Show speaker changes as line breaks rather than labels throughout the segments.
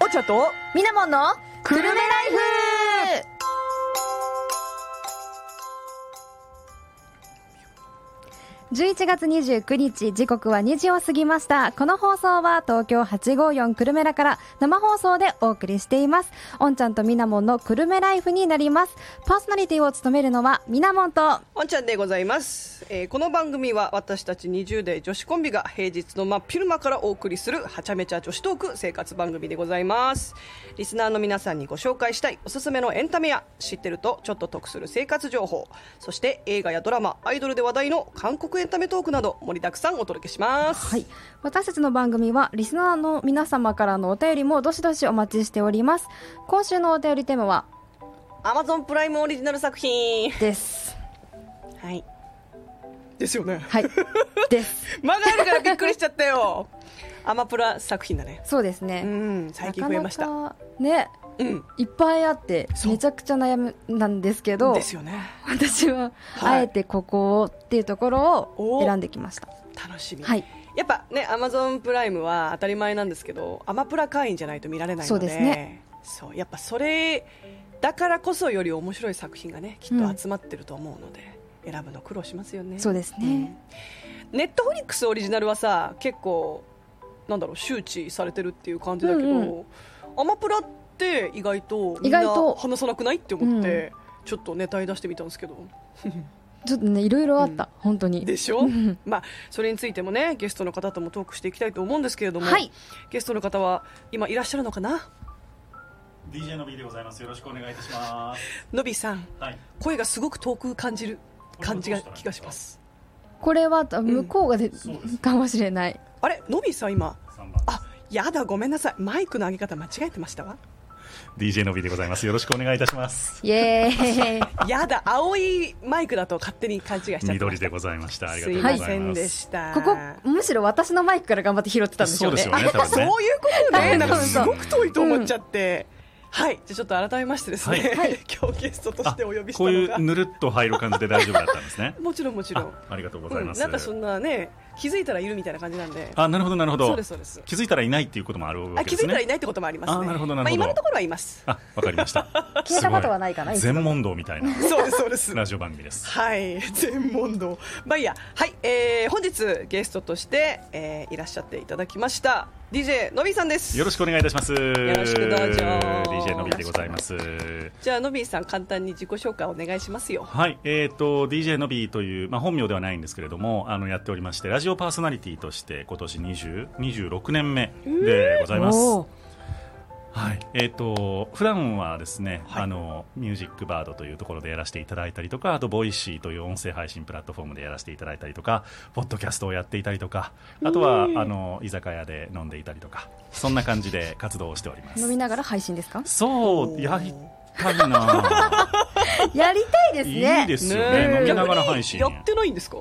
お茶と
みなもんの
くるめラ
イフ11月29日時刻は2時を過ぎましたこの放送は東京854久留米らから生放送でお送りしていますおんちゃんとみなもんの久留米ライフになりますパーソナリティを務めるのはみなもんと
おんちゃんでございます、えーこの番組は私たち20代女子コンビが平日の真っ昼間からお送りするはちゃめちゃ女子トーク生活番組でございますリスナーの皆さんにご紹介したいおすすめのエンタメや知ってるとちょっと得する生活情報そして映画やドラマアイドルで話題の韓国エンタメトークなど盛りだくさんお届けします
はい、私たちの番組はリスナーの皆様からのお便りもどしどしお待ちしております今週のお便りテーマは
Amazon プライムオリジナル作品
です
はいですよね
はい です
間があるからびっくりしちゃったよアマプラ作品だね
そうです
う
ね、
ん最近増えました
なかなかね
うん
いっぱいあって
そう
めちゃくちゃ悩むなんですけど
ですよね
私は
はい
あえてここをっていうところを
お
選んできました、
楽しみ、
はい
やっぱねアマゾンプライムは当たり前なんですけどアマプラ会員じゃないと見られないので
そうですね
そうやっぱそれだからこそより面白い作品がねきっ
う
と
ん
集まってると思うので、選ぶの苦労しますよね
そうですね、
ネットフリックスオリジナルはさ結構なんだろう周知されてるっていう感じだけど、
うんう
アマプラって意外とみん
意
な
外と
話さなくないって思って、ちょっとネタに出してみたんですけど
ちょっとねいろいろあった、本当に
でしょ
ん
まあそれについてもねゲストの方ともトークしていきたいと思うんですけれども、
はい
ゲストの方は今いらっしゃるのかな
DJ の B でございます。よろしくお願いいたします。
のびさん
はい。
声がすごく遠く感じる感じが気がします
これはあ向こうがで、
そうです
かもしれない
あれのびさん今
三番。
あやだごめんなさいマイクの上げ方間違えてましたわ
DJ の B でございます。よろしくお願いいたします。
イエーイ
やだ青いマイクだと勝手に勘違いしちゃってました
緑でございました。あり
す
がと
いう
ご
ま
ざい
せん
ま。
ですした
ここむしろ私のマイクから頑張って拾ってたんでし
そ
ょ
う
うね
ですよね。多分
そう
ね。
いうことね、
そう
なんかす
そう
ごく遠いと思っちゃって、はい、じゃあちょっと改めましてですね、
はい
はい
今日ゲストとしてお呼びし
こ
た
う
の
いう
が、
ぬるっと入る感じで大丈夫だった
。
んですね
もちろんもちろん
あ、、ありがとうご
う
ざい
ん、
ます。
なんかそんなね、気づいたらいるみたいな感じなんで、
あ、なるほどなるほど。
そうですそうです
気づいたらいないっていうこともあるわ
あ
け
気
です
づいたらい
ね。
ないってこともあります
あ
ね、
なるほどなる
まあ、
ほど
今のところはいます、
あ、わかりました。
聞いたことはないかな
すご全問答みたいな
そうです、そうです。
ラジオ番組です。
はい、全問答。まあいいや、はい、えー、本日ゲストとして、えー、いらっしゃっていただきました、DJ のびさんです。
よろしくお願いいたします。よ
ろしくどうぞ
DJ の B でございます。
じゃあ、のびさん、簡単に自己紹介お願いしますよ。
はい、えー、と DJ のびという、まあ、本名ではないんですけれどもあのやっておりましてラジオパーソナリティとして今年20 26年目でございます、
おー
はいえー、と普段はですね、
はい
あのミュージックバードというところでやらせていただいたりとかあとボイシーという音声配信プラットフォームでやらせていただいたりとかポッドキャストをやっていたりとかあとは、あの居酒屋で飲んでいたりとかそんな感じで活動をしております
飲みながら配信ですか
そうやりたいな
やりたいですね
いいですよね
え
飲みながら配信
やってないんですか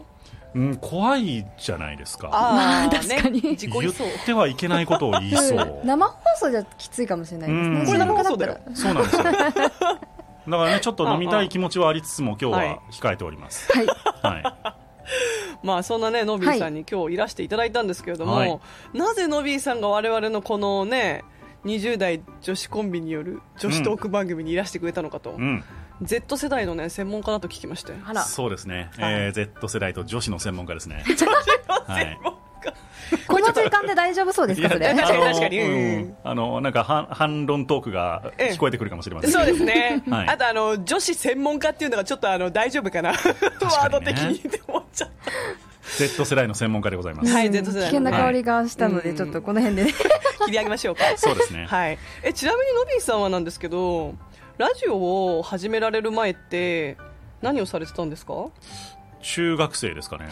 うん、怖いじゃないですか。
あ
まあ確かに
ね、自己
言
理
っ
想
てはいけないことを言いそう
う。ん生放送じゃきついかもしれないです
う
ね
ん
これ生放送
だ
だ
よ
よ
そうなんですよ。だからね、ちょっと飲みたい気持ちはありつつも、今日
ああ
は控えております。
はい
はい。
まあそんなねノビーさんに今日いらしていただいたんですけれども、
はい
なぜノビーさんが我々のこのね20代女子コンビによる女子トーク番組にいらしてくれたのかと、
うん。
Z 世代のね専門家だと聞きまして
あら
そうですね。
はい
えー Z 世代と女子の専門家ですね。 はい。
この時間で大丈夫そうですかそ
い
れ
や確かに
あの
確かに
う
うん
んあの、なんか反反論トークが
ええ
聞こえてくるかもしれませんけ
そ
ど。
うですね、
はい
あとあの女子専門家っていうのがちょっとあの大丈夫かなワード的にって思っちゃっ
Z 世代の専門家でございま
た
す。
はい
うん
Z 世代の
危険な香りがしたの
は
で
い
ちょっとこの辺でね
切り上げましょうか
そうですね。
はい、えちなみにノビーさんはなんですけどラジオを始められる前って何をされてたんですか
中学生ですかね。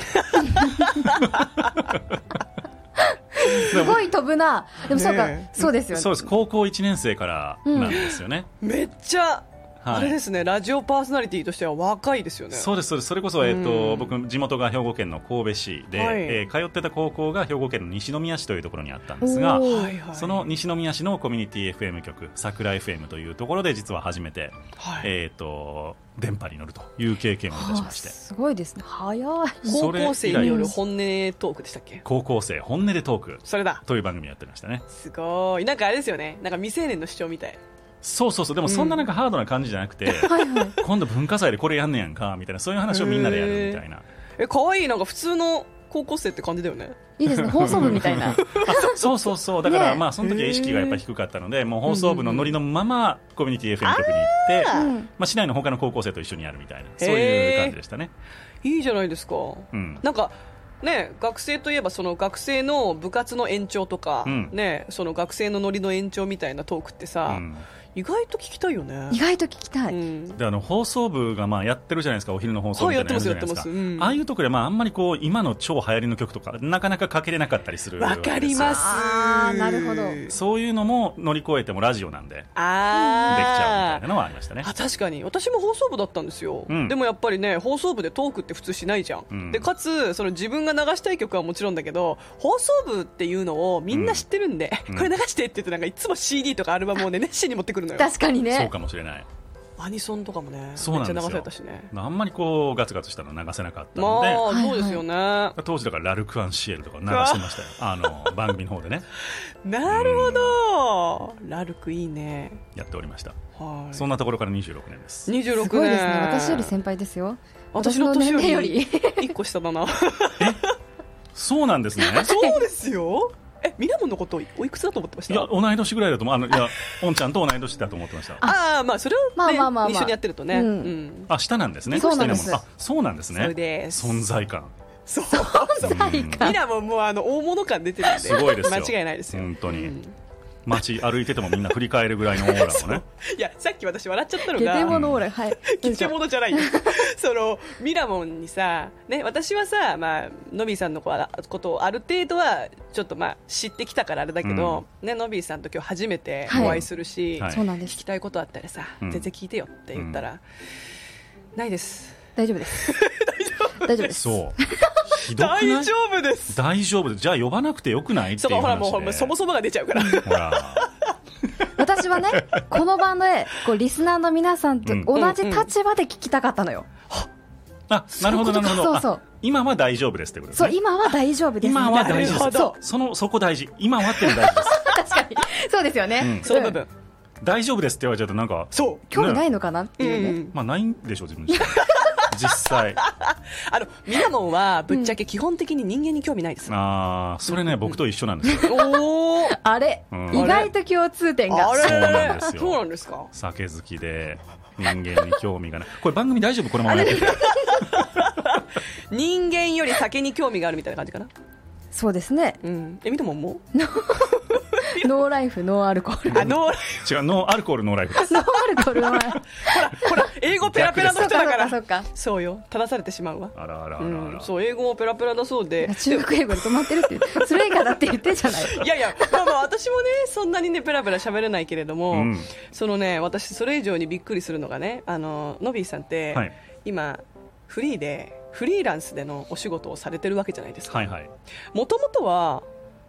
すごい飛ぶなでもそうか
ね
そうですよ
そう
ね
です。高校1年生からなんですよね。
めっちゃ
はい
あれですねラジオパーソナリティとしては若いですよね
そうですそうですそれこそ、えっと僕地元が兵庫県の神戸市で、
はい
えー通ってた高校が兵庫県の西宮市というところにあったんですが
おー
はいはい、
その西宮市のコミュニティ FM 局桜 FM というところで実は初めて、
はい
えー、と電波に乗るという経験をいたしまして
はあすごいですね早い
高
それ以来
校生による本音トークでしたっけ
高校生本音でトーク
それだ
という番組やってましたね
すごいなんかあれですよねなんか未成年の主張みたい
そうそうそうでもそんななんかハードな感じじゃなくて、
はいはい
今度文化祭でこれやんねやんかみたいなそういう話をみんなでやるみたいな
え可愛いなんか普通の高校生って感じだよね
いいですね放送部みたいな
あ そうそうそうだから、
ね
まあその時は意識がやっぱり低かったのでもう放送部のノリのままコミュニティ FM 局に行って、
あー
うん
まあ、市内の他の高校生と一緒にやるみたいな
へー
そういう感じでしたね、
いいじゃないですか、
うん、
なんかね学生といえばその学生の部活の延長とか、
うん
ねその学生のノリの延長みたいなトークってさ、
うん
意外と聞きたいよね
意外と聞きたい、
うん
であの放送部がまあやってるじゃないですかお昼の放送みたいなの
はい
じ
や
ゃ
って
ない
ますやって
ですか、
ますうん
ああいうとこでまああんまりこう今の超流行りの曲とかなかなかかけれなかったりする
わかり
わ
ます
あーなるほど
けですそういうのも乗り越えてもラジオなんでできちゃうみた
あ
い
ー
なのはありましたね
あ確かに私も放送部だったんですよ、
うん
でもやっぱりね放送部でトークって普通しないじゃん、
うん
でかつその自分が流したい曲はもちろんだけど放送部っていうのをみんな知ってるんで、
う ん
これ流してって言ってなんかいつも CD とかアルバムをね熱心に持ってくるのよ
確かに
そう
ね
かもしれない
アニソンとかもね
そうなんですよ
めっちゃ流されたしね
あんまりこうガツガツしたの流せなかった
ま
ので、
あ
ね
そうですよね、
当時だからラルク・アンシエルとか流してましたよあの番組の方でね
なるほどラルクいいね
やっておりました
はい
そんなところから26年です
26年
すごいですね私より先輩ですよ
私の年
私の年
よ
齢
り
より
1個下だ な
そうなんですね
そうですよえミラモンのことおいくつだと思ってまし
い
た
や同い年ぐらいだと思うあのいやおんちゃんと同い年だと思ってました
ああまあそれを、ね
まあまあまあまあ
一緒にやってるとね、う
う
んん
あ下なんですね
そうなんです
下もあそうなんです
それ
ね
です
存在感
そう
在感
ミラモンもうあの大物感出てるんです
ごいですよ
間違いないですよ
本当に
うん
街歩いててもみんな振り返るぐらいのオー ラもね
いやさっき私笑っちゃったの
ゲ
が
テモノオーラはい
切手物じゃ ないよそのミラモンにさ、ね、私はさ、まあ、ノビーさんのことをある程度はちょっとまあ知ってきたからあれだけど、ね、ノビーさんと今日初めて
はい
お会いするし、
はい
そうなんで
聞き
す
たいことあったらさ、
うん
全然聞いてよって言ったら、ないです
大丈夫です大丈夫です
そうひどくない
大丈夫です
大丈夫ですじゃあ呼ばなくてよくないって
そ
いう
こほら
話で
もうほらもうそもそもが出ちゃうから
ほら
私はねこのバンドでこうリスナーの皆さんと同じ立場で聞きたかったのよ、
あなるほどなるほど
そうそう
あ今は大丈夫ですってことです
そう
ね
今は大丈夫です
今は大事
なるほ
です
ど
そのそこ大事今はっていうの大事です
確かにそうですよね、
うん
その部分
大丈夫ですって言われちゃうとなんか
そ
興味ない
ね
のかなって
う、
いうね、
うん
まあないんでしょう自分自身 実際
あのミラモンはぶっちゃけ基本的に人間に興味ないです、
あーそれね僕と一緒なんですよ
おお
あれ、
うん
意外と共通点が
あれ
そうなんですよ
そうなんですか
酒好きで人間に興味がないこれ番組大丈夫このままやってて
人間より酒に興味があるみたいな感じかな
そうですね
うん、え、見てもも
ノーライフノーアルコ ール
うあ の、
違うノーアルコールノーライフです
ノーアルコールは
ほら、英語ペラペラの
そ
人
うか
だ
そう
か。
からそ
そう
か
よ、正されてしまうわ。
あらあらあ
う
らあ
ん
ら、、
そう、英語もペラペラだそうで。
中国英語で止まってるっていうそれ以下だって言ってんじゃない
いやいや、まあまあ、私もね、そんなにね、ペラペラ喋れないけれども、
うん
そのね、私、それ以上にびっくりするのがね、あの、ノビーさんって、
はい
今、フリーで、フリーランスでのお仕事をされてるわけじゃないですか。
はいはい
もともとは、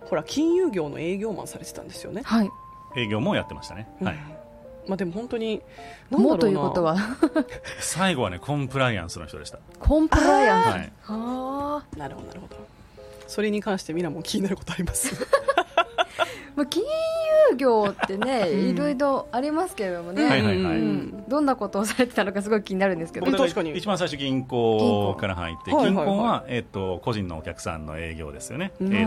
ほら、金融業の営業マンされてたんですよね。
はい
営業もやってましたね、はい
うんまあ、でも本当に、なんだろうな
もうということは
最後はねコンプライアンスの人でした
コンプライアンス
は
はい
い
あ
なるほどなるほどそれに関してミラも気になることあります
ーまあ金融業ってね、
うん
いろいろありますけれども
うん
ね、
はいはいはい
うん、どんなことをされてたのかすごい気になるんですけど、
うん確かに
一番最初銀行から入って銀行
銀行
は、
はいはい
えっと個人のお客さんの営業ですよね、
うん
えっ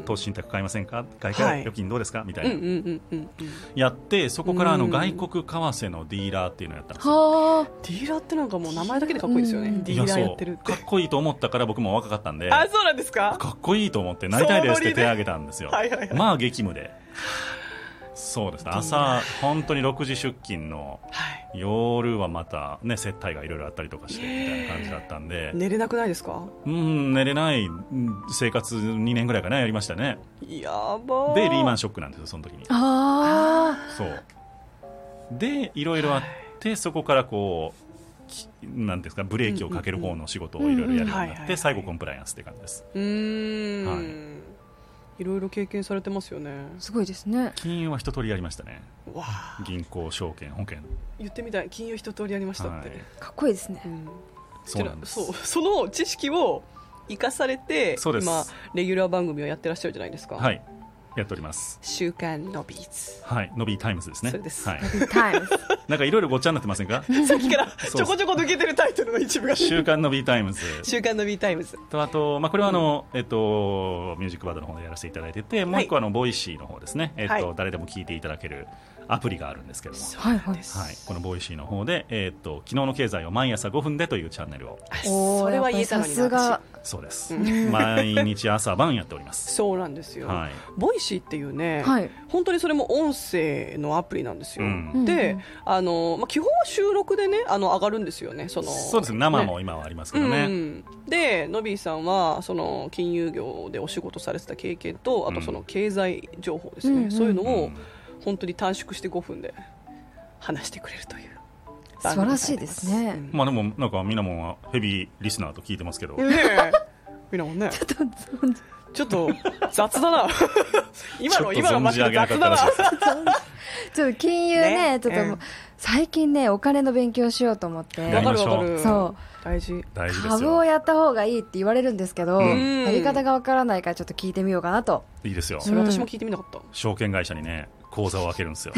と投資信託買いませんか買い替え、
はい
預金どうですかみたい
うん
な、
うんうんうんうんデ
やってそこからあ
う
の
ん
外国為替のディーラーっていうのをやったんですよ
は
ィーラーってなんかもう名前だけでかっこいいですよね、
うん
ディーラーやって
い
るっ
や
て
そうかっこいいと思ったから僕も若かったんで
あ
か
そうなんですか
っこいいと思ってなりたいですって手を挙げたんですよ、
そのノリではいはいはい
まあ激務でそうですね朝本当に6時出勤の
はい
夜はまたね接待がいろいろあったりとかしてみたいな感じだったんで、
寝れなくないですか
うん寝れないうん生活2年ぐらいかなやりましたね
やば
でリーマン
シ
ショックなんですよその時に
ああ
そうでいろいろあっってそこからこうきなんですかブレーキをかける方の仕事をいろいろやるように
うんうんうんは
なっ
いはい
て最後コンプライアンスって感じです
うーん、い、ろいろ経験されてますよね
すごいですね。
金融は一通りやりましたね
わあ
銀行証券保険
言ってみたい金融一通りやりましたって、
はい
かっこいいですね
う。ん
そうなんです
そうその知識を生かされて
そうです
今レギュラー番組をやってらっしゃるじゃないですか
はいやっております
週刊のビー ズ
はいノビータイムズですね
そうです
はい、
タイムズ。
なんかいろいろごっちゃになってませ んか
さっきから
そ
ち
う
ょこちょこ抜けてるタイトルの一部が
週刊ノビータイムズ
週刊のビータイムズ
とあと、まあ、これはあの、えっと、ミュージックバードの方でやらせていただいててもう一個あの、ボイシーの方ですね、えっと
はい
誰でも聞いていただけるアプリがあるんですけども、
はいはい。
はい、このボイシーの方で、えっと昨日の経済を毎朝5分でというチャンネルを
おー
それは言えたのにな
やっぱりさ
そうです、
私
毎日朝晩やっております
そうなんですよ、
はい、
ボイシーっていうね、
すが。はい。
本当にそれも音声のアプリなんですよ、
うん
で、
うんうん
あのまあ、基本は収録でねあの上がるんですよねその
そうですね生も今はありますけどね
うんうんでノビーさんはその金融業でお仕事されてた経験とあとその経済情報ですね、
うんうん
そういうの
うん
を本当に短縮して5分で話してくれるという
素晴らしいですね
番組になって
まあでもなんかみなもんはヘビーリスナーと聞いてますけど、
ますねえみなもんね
ちょっと
ちょっと雑 だな今の
ちょっ
今
と
のマ
存
ジで
じ上げなか
雑
った
だ
ら
な
しいです
ちょっと金融ね、
ね
ちょっともう
うん
最近ね、お金の勉強しようと思っ
わ
やり
か
て、
ま
る
しょう
わかる
そう
大事
大事です
株を
よ
やった方がいいって言われるんですけど、
うん
やり方がわからないからちょっと聞いてみようかなと。
いいですよ
それ私も聞いてみなかった、
証券会社にね口座を開けるんですよ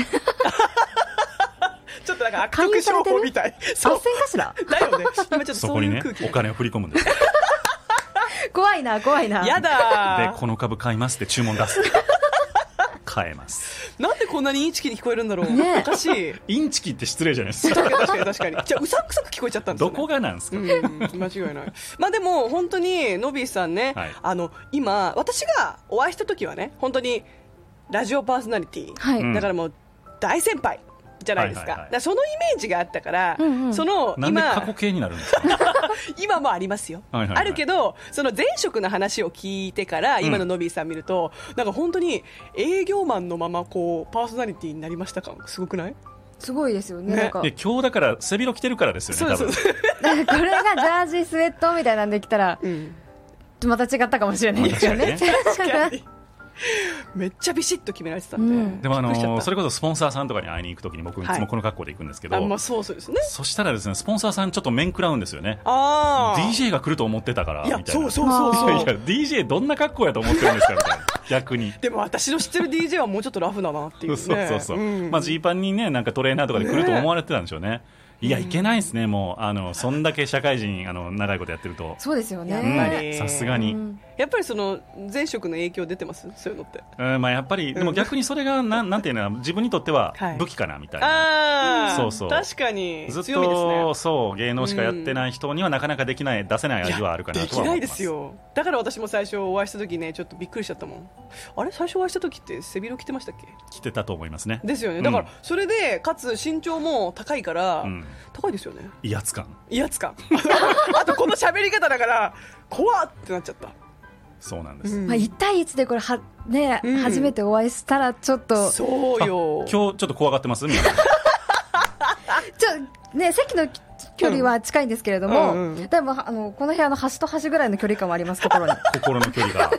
ちょっとなんか悪徳商法みたい
斡
そ
旋
う
か しら
だよね今ちょっと
そ
そ
こ
う
に
いう
ね
空気
お金を振り込むんですよ
怖いな、怖いな。
や
で
だー
この株買いますって注文 出す買えます
なんでこんなにインチキに聞こえるんだろう、
ね
おかしい
インチキって失礼じゃないですか
確かに確かに確かにじゃあうさんくさく聞こえちゃったんですよ、
ど
ね、
こがなんです
う
か、
ん、間違いない。まあでも、本当に、ノビーさんね、
はい
あの、今、私がお会いした時はね、本当に、ラジオパーソナリティ、
はい。
うん
だからもう、大先輩じゃないですか。
はいはいはい
だからそのイメージがあったから、
うんうん
その、
なんで過去
今、
形になるんですか
今もありますよ。
はいはいはい
あるけど、その前職の話を聞いてから、
ん
今のノビーさん見ると、なんか本当に、営業マンのまま、こう、パーソナリティになりました感、すごくない
すごいですよね。
ね
なんか、
いや今日だから背広着てるからですよね多
そう
分
そう。
なんかこれがジャージスウェットみたいなんできたら、
うん
また違ったかもしれないですよ ね。確かに。
めっちゃビシッと決められてたんで、
うん
でもあ
びっくりしちゃっ
の
た
それこそスポンサーさんとかに会いに行くときに僕い
は
つ
い
もこの格好で行くんですけど、
あまあそうそうですね
そしたらですねスポンサーさんちょっと面食らうんですよね
ああ
DJ が来ると思ってたから
い
みたい
や
な
そうそうそう
いや
そ
いうや DJ どんな格好やと思ってるんですかみたいな逆に。
でも私の知ってる DJ はもうちょっとラフだなっていう
そう
ね
そうそう、
ん
まあジーパンにねなんかトレーナーとかで来ると思われてたんでしょうねいやいけないですねもうあのそんだけ社会人あの長いことやってると、
そうですよね。
やっ
うん
ぱり
さすがに、
うん
やっぱりその前職の影響出てますそういうのって
うんまあ、やっぱりでも逆にそれがなんなんていうの自分にとっては
はい
武器かなみたいな、
ああ
そうそう
確かに
ずっ
強みですね
とそう芸能しかやってない人にはなかなかできない出せない味はあるかな
で
とは
き
思
ないいで
ま
すすよだから私も最初お会いした時ねちょっとびっくりしちゃったもんあれ最初お会いした時って背広着てましたっけ
来てたと思いますね
ですよね
うん
だからそれでかつ身長も高いから、
うん
高いですよね
威圧感
威圧感あとこの喋り方だから怖っってなっちゃった、
そうなんです、
うん
まあ、1対1でこれは、ね、
うん
初めてお会いしたら、ちょっと、ちょ、
そう
あ
よ
今日ちょっと怖がってますみんな
ね、席の距離は近いんですけれど
うん
も
うんう、ん
でも、あの、この部屋の端と端ぐらいの距離感はあります、心に。
心の距離が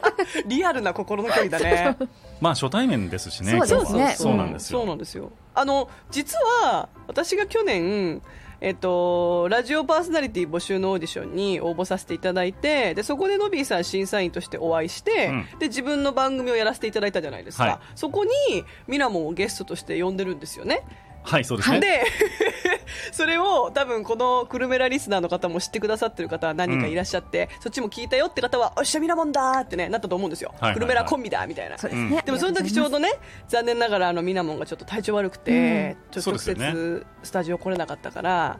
リアルな心の距離だね。
まあ初対面ですしね
そうですね
今日はそうなんですよ、
そうなんですよ。あの実は私が去年。えっと、ラジオパーソナリティ募集のオーディションに応募させていただいてでそこでノビーさん審査員としてお会いして、
うん
で自分の番組をやらせていただいたじゃないですか、
はい
そこにミラモンをゲストとして呼んでるんですよね
はいそうですね、
で それを多分このクルメラリスナーの方も知ってくださってる方は何人かいらっしゃって、そっちも聞いたよって方はおっしゃミラモンだーって、ね、なったと思うんですよ、
いはいはい
クルメラコンビだみたいな
そうですね。
でもその時ちょうどね残念ながらあのミナモンがちょっと体調悪くて、ちょっと
そう
直
ですよね
接スタジオ来れなかったから、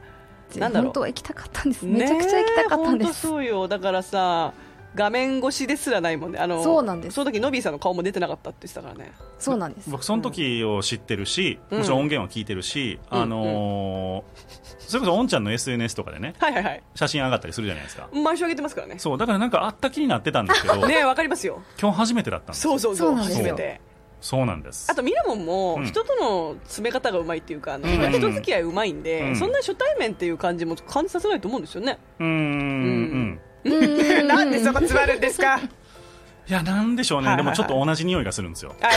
な
なんん
だろう
本当は行きたかったんです。めちゃくちゃ行きたかっ
ねえ
たん
ほ
で
と
す。
そうよだからさ画面越しですらないもんねあの
そうなんです
その時ノビーさんの顔も出てなかったって言ってたからね
そうなんです。
僕その時を知ってるし、
うん
もちろん音源は聞いてるし、
うん
あのーそれこそおんちゃんの SNS とかでね
はいはいはい
写真上がったりするじゃないですか
毎週あげてますからね
そうだからなんかあった気になってたんですけど、
ねえわかりますよ
今日初めてだったんです
そうそうそう
そうなんです
初
よ
めて
そうなんです
あとミラモンも
うん
人との詰め方がうまいっていうか、あの
うん
人付き合いうまいんで、
うん
そんな初対面っていう感じも感じさせないと思うんですよね、
うーんうん
なんでそこ詰まるんです か
いやなんでしょうね、
はいはい
で
は
も
い
ちょっと同じ匂いがするんですよ
あ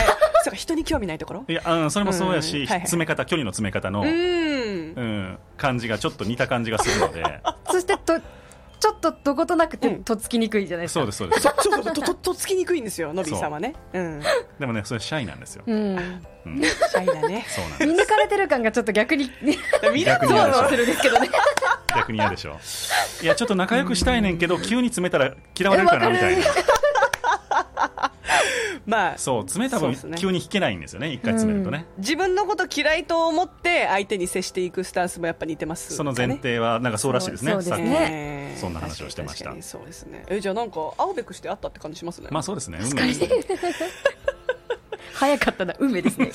そうか人に興味ないところ
いやあのそれもそうやし、
うんはいはい
詰め方距離の詰め方の、
う
うん
ん
感じがちょっと似た感じがするの で
そしてとちょっとどことなくて
うん
とっつきにくいじゃないですか、
そうですそうです
そうそうそうとととっつきにくいんですよのびーさんはねうん
でもねそれシャイなんですよ、
うん、
うん、そ
シャイだね
うなんで
見
す
抜かれてる感がちょっと 逆に
ミラモン
逆に嫌でしょ
はするんですけどね
逆に嫌でしょいやちょっと仲良くしたいねんけど急に詰めたら嫌われるかなみたいな
まあ
そう詰めた
そう
分
ですね
急に引けないんですよね一回詰めるとね、
自分のこと嫌いと思って相手に接していくスタンスもやっぱ似てます
その前提はなんかそうらしいですね
そうそうですね
さっ
ね
そんな話をしてました
確かに確かにそうですねえじゃあなんか青べくしてあったって感じしますね
きまあそうですね運命ですね
早かったな運命ですね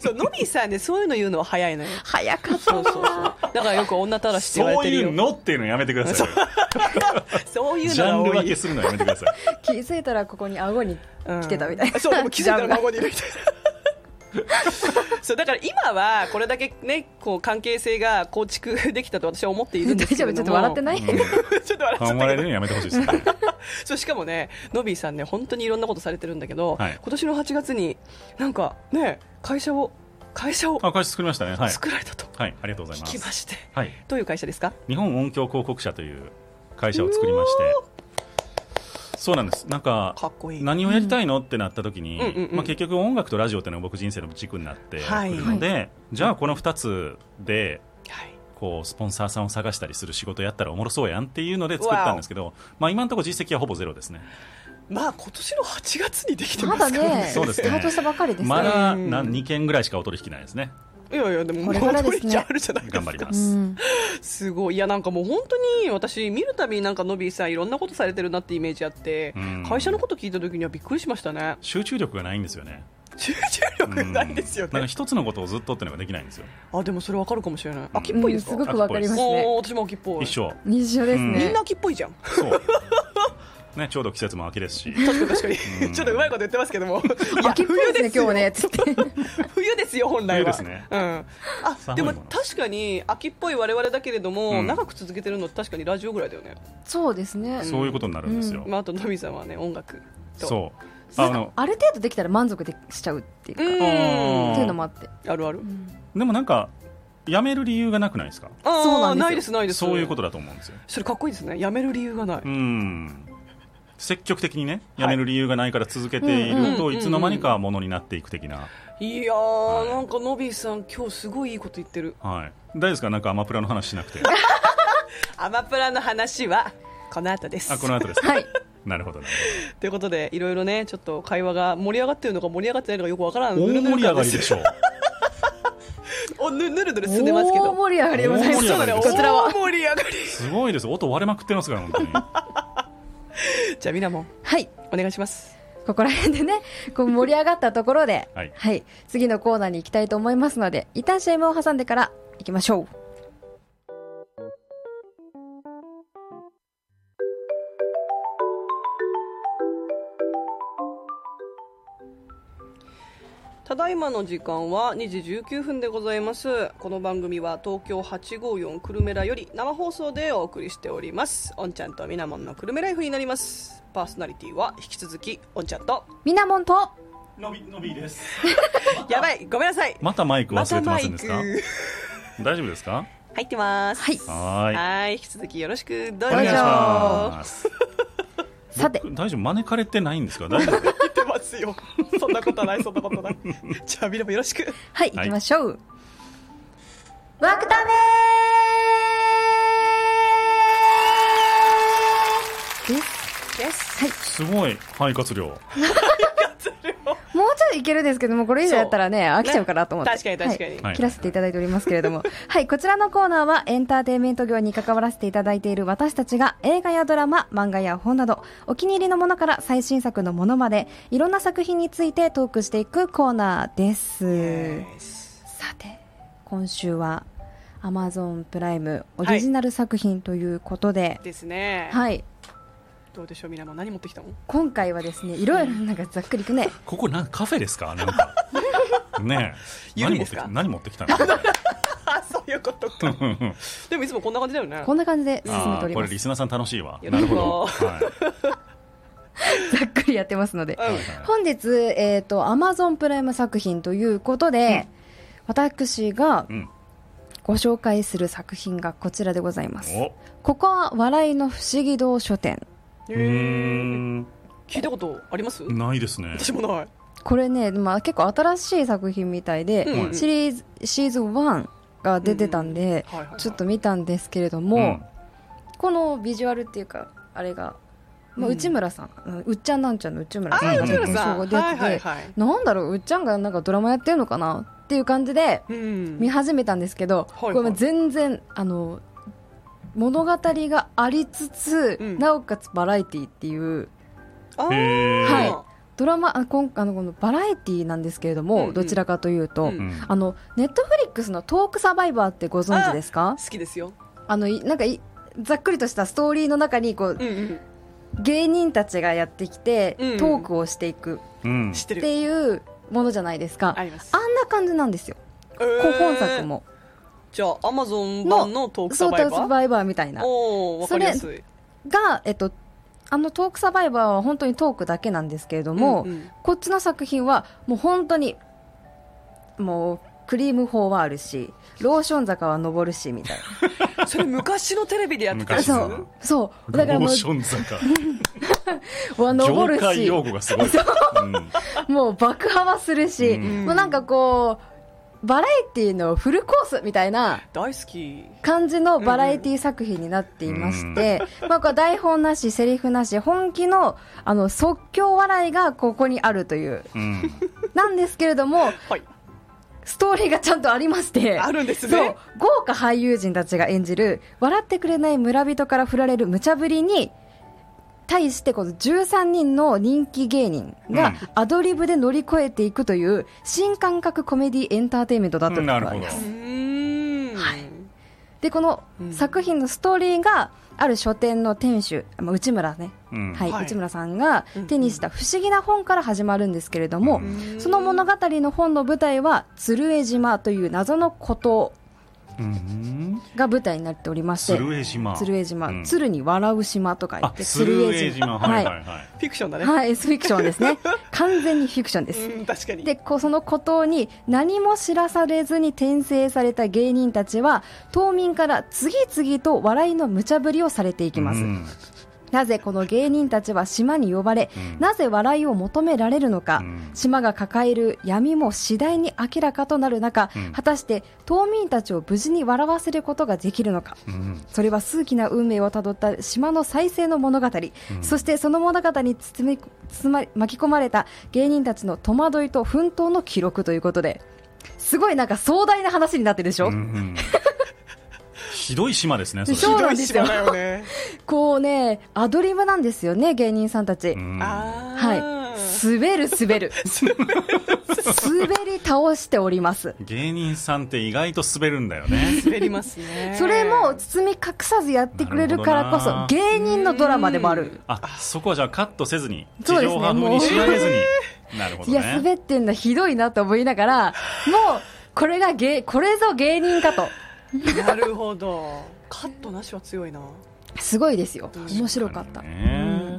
そうのびさんねそういうの言うのは早いのよ
早かった
そうそうそうだからよく女たらしって言わ
そ
れて
う
る
い
よ
うのっていうのやめてくださいよ
そういう
ジ
の
ャ
が
ンル
多
分
い
けするのやめてく ださい
気づいたらここに顎に来てたみたいな、
うんそうでも気づいたら
ジャン
孫にいるみたいなそうだから今はこれだけねこう関係性が構築できたと私は思っているん
ル
で
大
すけ
丈
れ
夫
ども
ちょっと笑ってない、
いちょっと笑っちゃっ
頼
た
ま
けど
れるのやめてほしいですね
そうしかもね、ノビーさんね、本当にいろんなことされてるんだけど、
はい
今年の8月に、なんかね、会社を、会社を
あ会社作りましたねはい、
作られたと
はい、ありがとうございま
聞きますして、
はい
どういう会社ですか
日本音響広告社という会社を作りましてそうなんですなんか
かっこいい。
何をやりたいのってなった時に、
うんうんうんうん
まあ、結局音楽とラジオっていうのが僕人生の軸になってくるので、じゃあこの2つで
はい
こうスポンサーさんを探したりする仕事やったらおもろそうやんっていうので作ったんですけど、まあ、今のところ実績はほぼゼロですね
まあ、今年の8月にできてま
ます
か
だ
ら
ね
そうですね
スタートしたばかりですね、
まだ
うん
な2件ぐらいしかお取引ないですね
いやいや、でも、
これからですね
戻りじゃあるじゃないですか。
頑張りま
う
す、
ん、
すごい。いや、なんかもう本当に、私、見るたびになんか、ノビーさん、いろんなことされてるなってイメージあって、
うん
会社のこと聞いた時にはびっくりしましたね。
集中力がないんですよね
集中力ないですよ
うんなんか
ね。
一つのことをずっとっていうのができないんですよ
あ、でもそれわかるかもしれない。秋っぽいですか、
うんすごくわかりますね
おー私も秋っぽい。
一緒
一緒ですね、
みんな秋っぽいじゃん。
そう、ね、ちょうど季節も秋ですし
確かに確かに
う。ん
ちょっとうまいこと言ってますけども。い
いや秋っぽいですね今
よ。
日ねつって
冬ですよ、本来は。
冬ですね
うん。あ、
寒
で
いも
も
の
確かに秋っぽい我々だけれども、
うん
長く続けてるのって確かにラジオぐらいだよね。
そうですね
そういうことになるんですよ、
まあ、あと、のびさんはね、音楽と。
そう
な
あ
んか
の
ある程度できたら満足でしちゃうっていうか、
うん。
っていうの
あ
もあって、
るある。
でもなんか辞める理由がなくないですか
あ
そう
あ
な
ー、
んですよ
ないです、ないです。
そういうことだと思うんですよ
それかっこいいですね。やめる理由がない。
うん積極的にね
はい
辞める理由がないから続けている
う
と、
んうん
いつの間にかものになっていく的な、
いやー、なんかのびさん、今日すごいいいこと言ってる。
はい、大丈夫ですかなんかアマプラの話しな くて
アマプラの話は、この後です。
あこの後ですか、
はい
なるほどなる
ということでいろいろねちょっと会話が盛り上がってるのか盛り上がってないのかよくわからん
ほど大盛り上がりで
し
しょう
ょぬぬるぬる進んでますけ
大
ど
盛り上がりでございま
大盛
す
り上がりです
こちらは
大盛り上がり
すごいです音割れまくってますから本当に
じゃあみなもん
はい
お願いします
ここら辺でねこう盛り上がったところで
はい
次のコーナーに行きたいと思いますので一旦 CM を挟んでから行きましょう
ただいまの時間は2時19分でございますこの番組は東京854久留米らより生放送でお送りしておりますおんちゃんとみなもんの久留米ライフになりますパーソナリティは引き続きおんちゃんと
みなもんと
のびのびです
やばいごめんなさい
またマイク忘れてませんですか、
入
大丈夫ですか
ってます
はい
はーい
はい引き続きよろしくどう
お
ぞ
願いします
さて
僕大丈夫招かれてないんですか大丈夫
言ってますよ。そんなことない、そんなことない。じゃあ、みなもよろしく。
はい行
はい
きましょう、 ワークタメです
です。
はい
すごい肺活量
もうちょいいけるんですけども、これ以上やったらね、飽きちゃうかなと思って。
ね確かに確かに
はい
はい
切らせていただいておりますけれども。 はい、こちらのコーナーはエンターテインメント業に関わらせていただいている私たちが映画やドラマ、漫画や本など、お気に入りのものから最新作のものまで、いろんな作品についてトークしていくコーナーです。さて、今週は Amazon プライムオリジナル作品ということで、
ですね。
はい。
どうでしょうみなも何持ってきたの
今回はですねいろいろなんかざっくりいくね
ここなんカフェですかなんかねえ
ゆりで
何持っ
す
て
か
き何持ってきたのう
あそういうことか
んうんうん
でもいつもこんな感じだよね
こんな感じで進め
あ
てお
ー
り
こ
ま
れ
す
リスナーさん楽しいわ
よ
な
ろ
る
しく
ほど、はい
ざっくりやってますので
うん
はいはい
本日、えー、と Amazon プライム作品ということで、私が
うん、
ご紹介する作品がこちらでございます
お
ここは笑いの不思議堂書店
へ
う
ー
ーん
聞いたことあります
ないですね
私もない
これね、まあ、結構新しい作品みたいで、
うん
シリーズシーズン1が出てたんで、
はいはいはい
ちょっと見たんですけれども、このビジュアルっていうかあれが、まあ、
うん
内村さん、うん、うっちゃんなんちゃんの内村さ
あ
ん
ー
うん
内村さんは
うん
いはいはい
なんだろううっちゃんがなんかドラマやってるのかなっていう感じで
うん
見始めたんですけど、
はいはい
これも全然あの物語がありつつ、
うん
なおかつバラエティっていう
あ
へ
ー
え
はドラマあこんあのこのバラエティなんですけれども、
うんうん
どちらかというと、
うん
うん
あのネットフリックスの「トークサバイバー」ってご存知ですか
好きですよ
あのいなんかいざっくりとしたストーリーの中にこう、
うんうん
芸人たちがやってきて、
うん
トークをしていく
うん
知って
っ
る
ていうものじゃないですか、
あります
あんな感じなんですよ、こう本作も
じゃあアマゾン版のトーク
そ
サバイ
うト
バ
ークサ
ー
バイバーみたいな
おおわかりやすい
が、えっと、あのトークサバイバーは本当にトークだけなんですけれども、
うんうん
こっちの作品はもう本当にもうクリーム砲はあるしローション坂は登るしみたい
それ昔のテレビでやってた
な
や
昔
つ
そう
の
そう
ロ
だからも
ー
う
ション坂
は 登る
業界
し
用語 がすごい、うん
もう爆破はするし、
うん
もうなんかこうバラエティのフルコースみたいな
大好き
感じのバラエティ作品になっていまして、まあ、これ台本なし、セリフなし、本気のあの即興笑いがここにあるという、
うん
なんですけれども、
はい
ストーリーがちゃんとありまして、
あるんです
そう
ね
豪華俳優陣たちが演じる笑ってくれない村人から振られる無茶ぶりに対してこの13人の人気芸人
う
が
ん
アドリブで乗り越えていくという新感覚コメディエンターテインメントだということ
なる
があ
ほ
りま
ど
す、
うーん
でこの作品のストーリーがある書店の店主、まあ、内村ね、
うん
はい
はい
内村さんが手にした不思議な本から始まるんですけれども、
う
その物語の本の舞台は鶴江島という謎の孤島
うん
が舞台になっておりまして
鶴江島
鶴江島、
うん
鶴に笑う島と書い
あ
て
鶴江島はいはいはい
フィクションだね
はい SF フィクションですね完全にフィクションです、
うん確かに
でこうその孤島に何も知らされずに転生された芸人たちは島民から次々と笑いの無茶ぶりをされていきます、
うん
なぜこの芸人たちは島に呼ばれ、
うん
なぜ笑いを求められるのか、
うん
島が抱える闇も次第に明らかとなる中、
うん
果たして島民たちを無事に笑わせることができるのか、
うん
それは数奇な運命をたどった島の再生の物語、そしてその物語に包み包ま巻き込まれた芸人たちの戸惑いと奮闘の記録ということですごいなんか壮大な話になってるでしょ、
うんうんひどい島ですね
そ
それ
うなんですよ
ひどい島だよね
こうねアドリブなんですよね芸人さんたち、
うん
あー
はい滑る滑る滑り倒しております
芸人さんって意外と滑るんだよね
滑ります ね
それも包み隠さずやってくれるからこそ
なるほどな
芸人のドラマでもある
あそこはじゃあカットせずに地
そうですね
上波風に仕上げずになるほど
いや、
ね
滑ってんだ、ひどいなと思いながら、もう、これが芸、これぞ芸人かと。
なるほど カットなしは強いな
すごいですよ。面白かった。
ね
え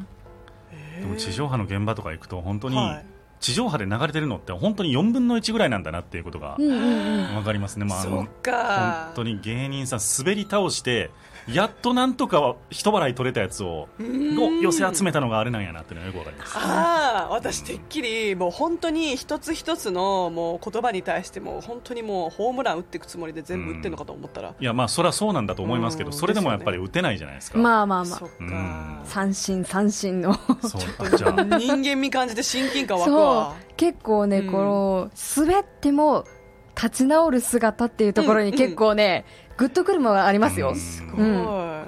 ー
でも地上波の現場とか行くと本当に
はい
地上波で流れてるのって本当に4分の1ぐらいなんだなっていうことが
うんうんうん。
わかりますね、まあ、あ
そ
の
っか
本当に芸人さん滑り倒してやっとなんとか一笑い取れたやつをを寄せ集めたのがあれなんやなっていうのがよくわかります
ああ私てっきりもう本当に一つ一つのもう言葉に対してもう本当にもうホームラン打っていくつもりで全部打ってるのかと思ったら、
いやまあそりゃそうなんだと思いますけ
う
ど
ん
それでもやっぱり打てないじゃないですか、
まあまあま
そっか、
うん
あ。三振、三振の。
そうじゃあ
人間味感じて親近感湧く
そ
わ
う。結構ね、
うん
この、滑っても立ち直る姿っていうところに結構ね、グッとくるものがありますよ。
すごい、
うん
青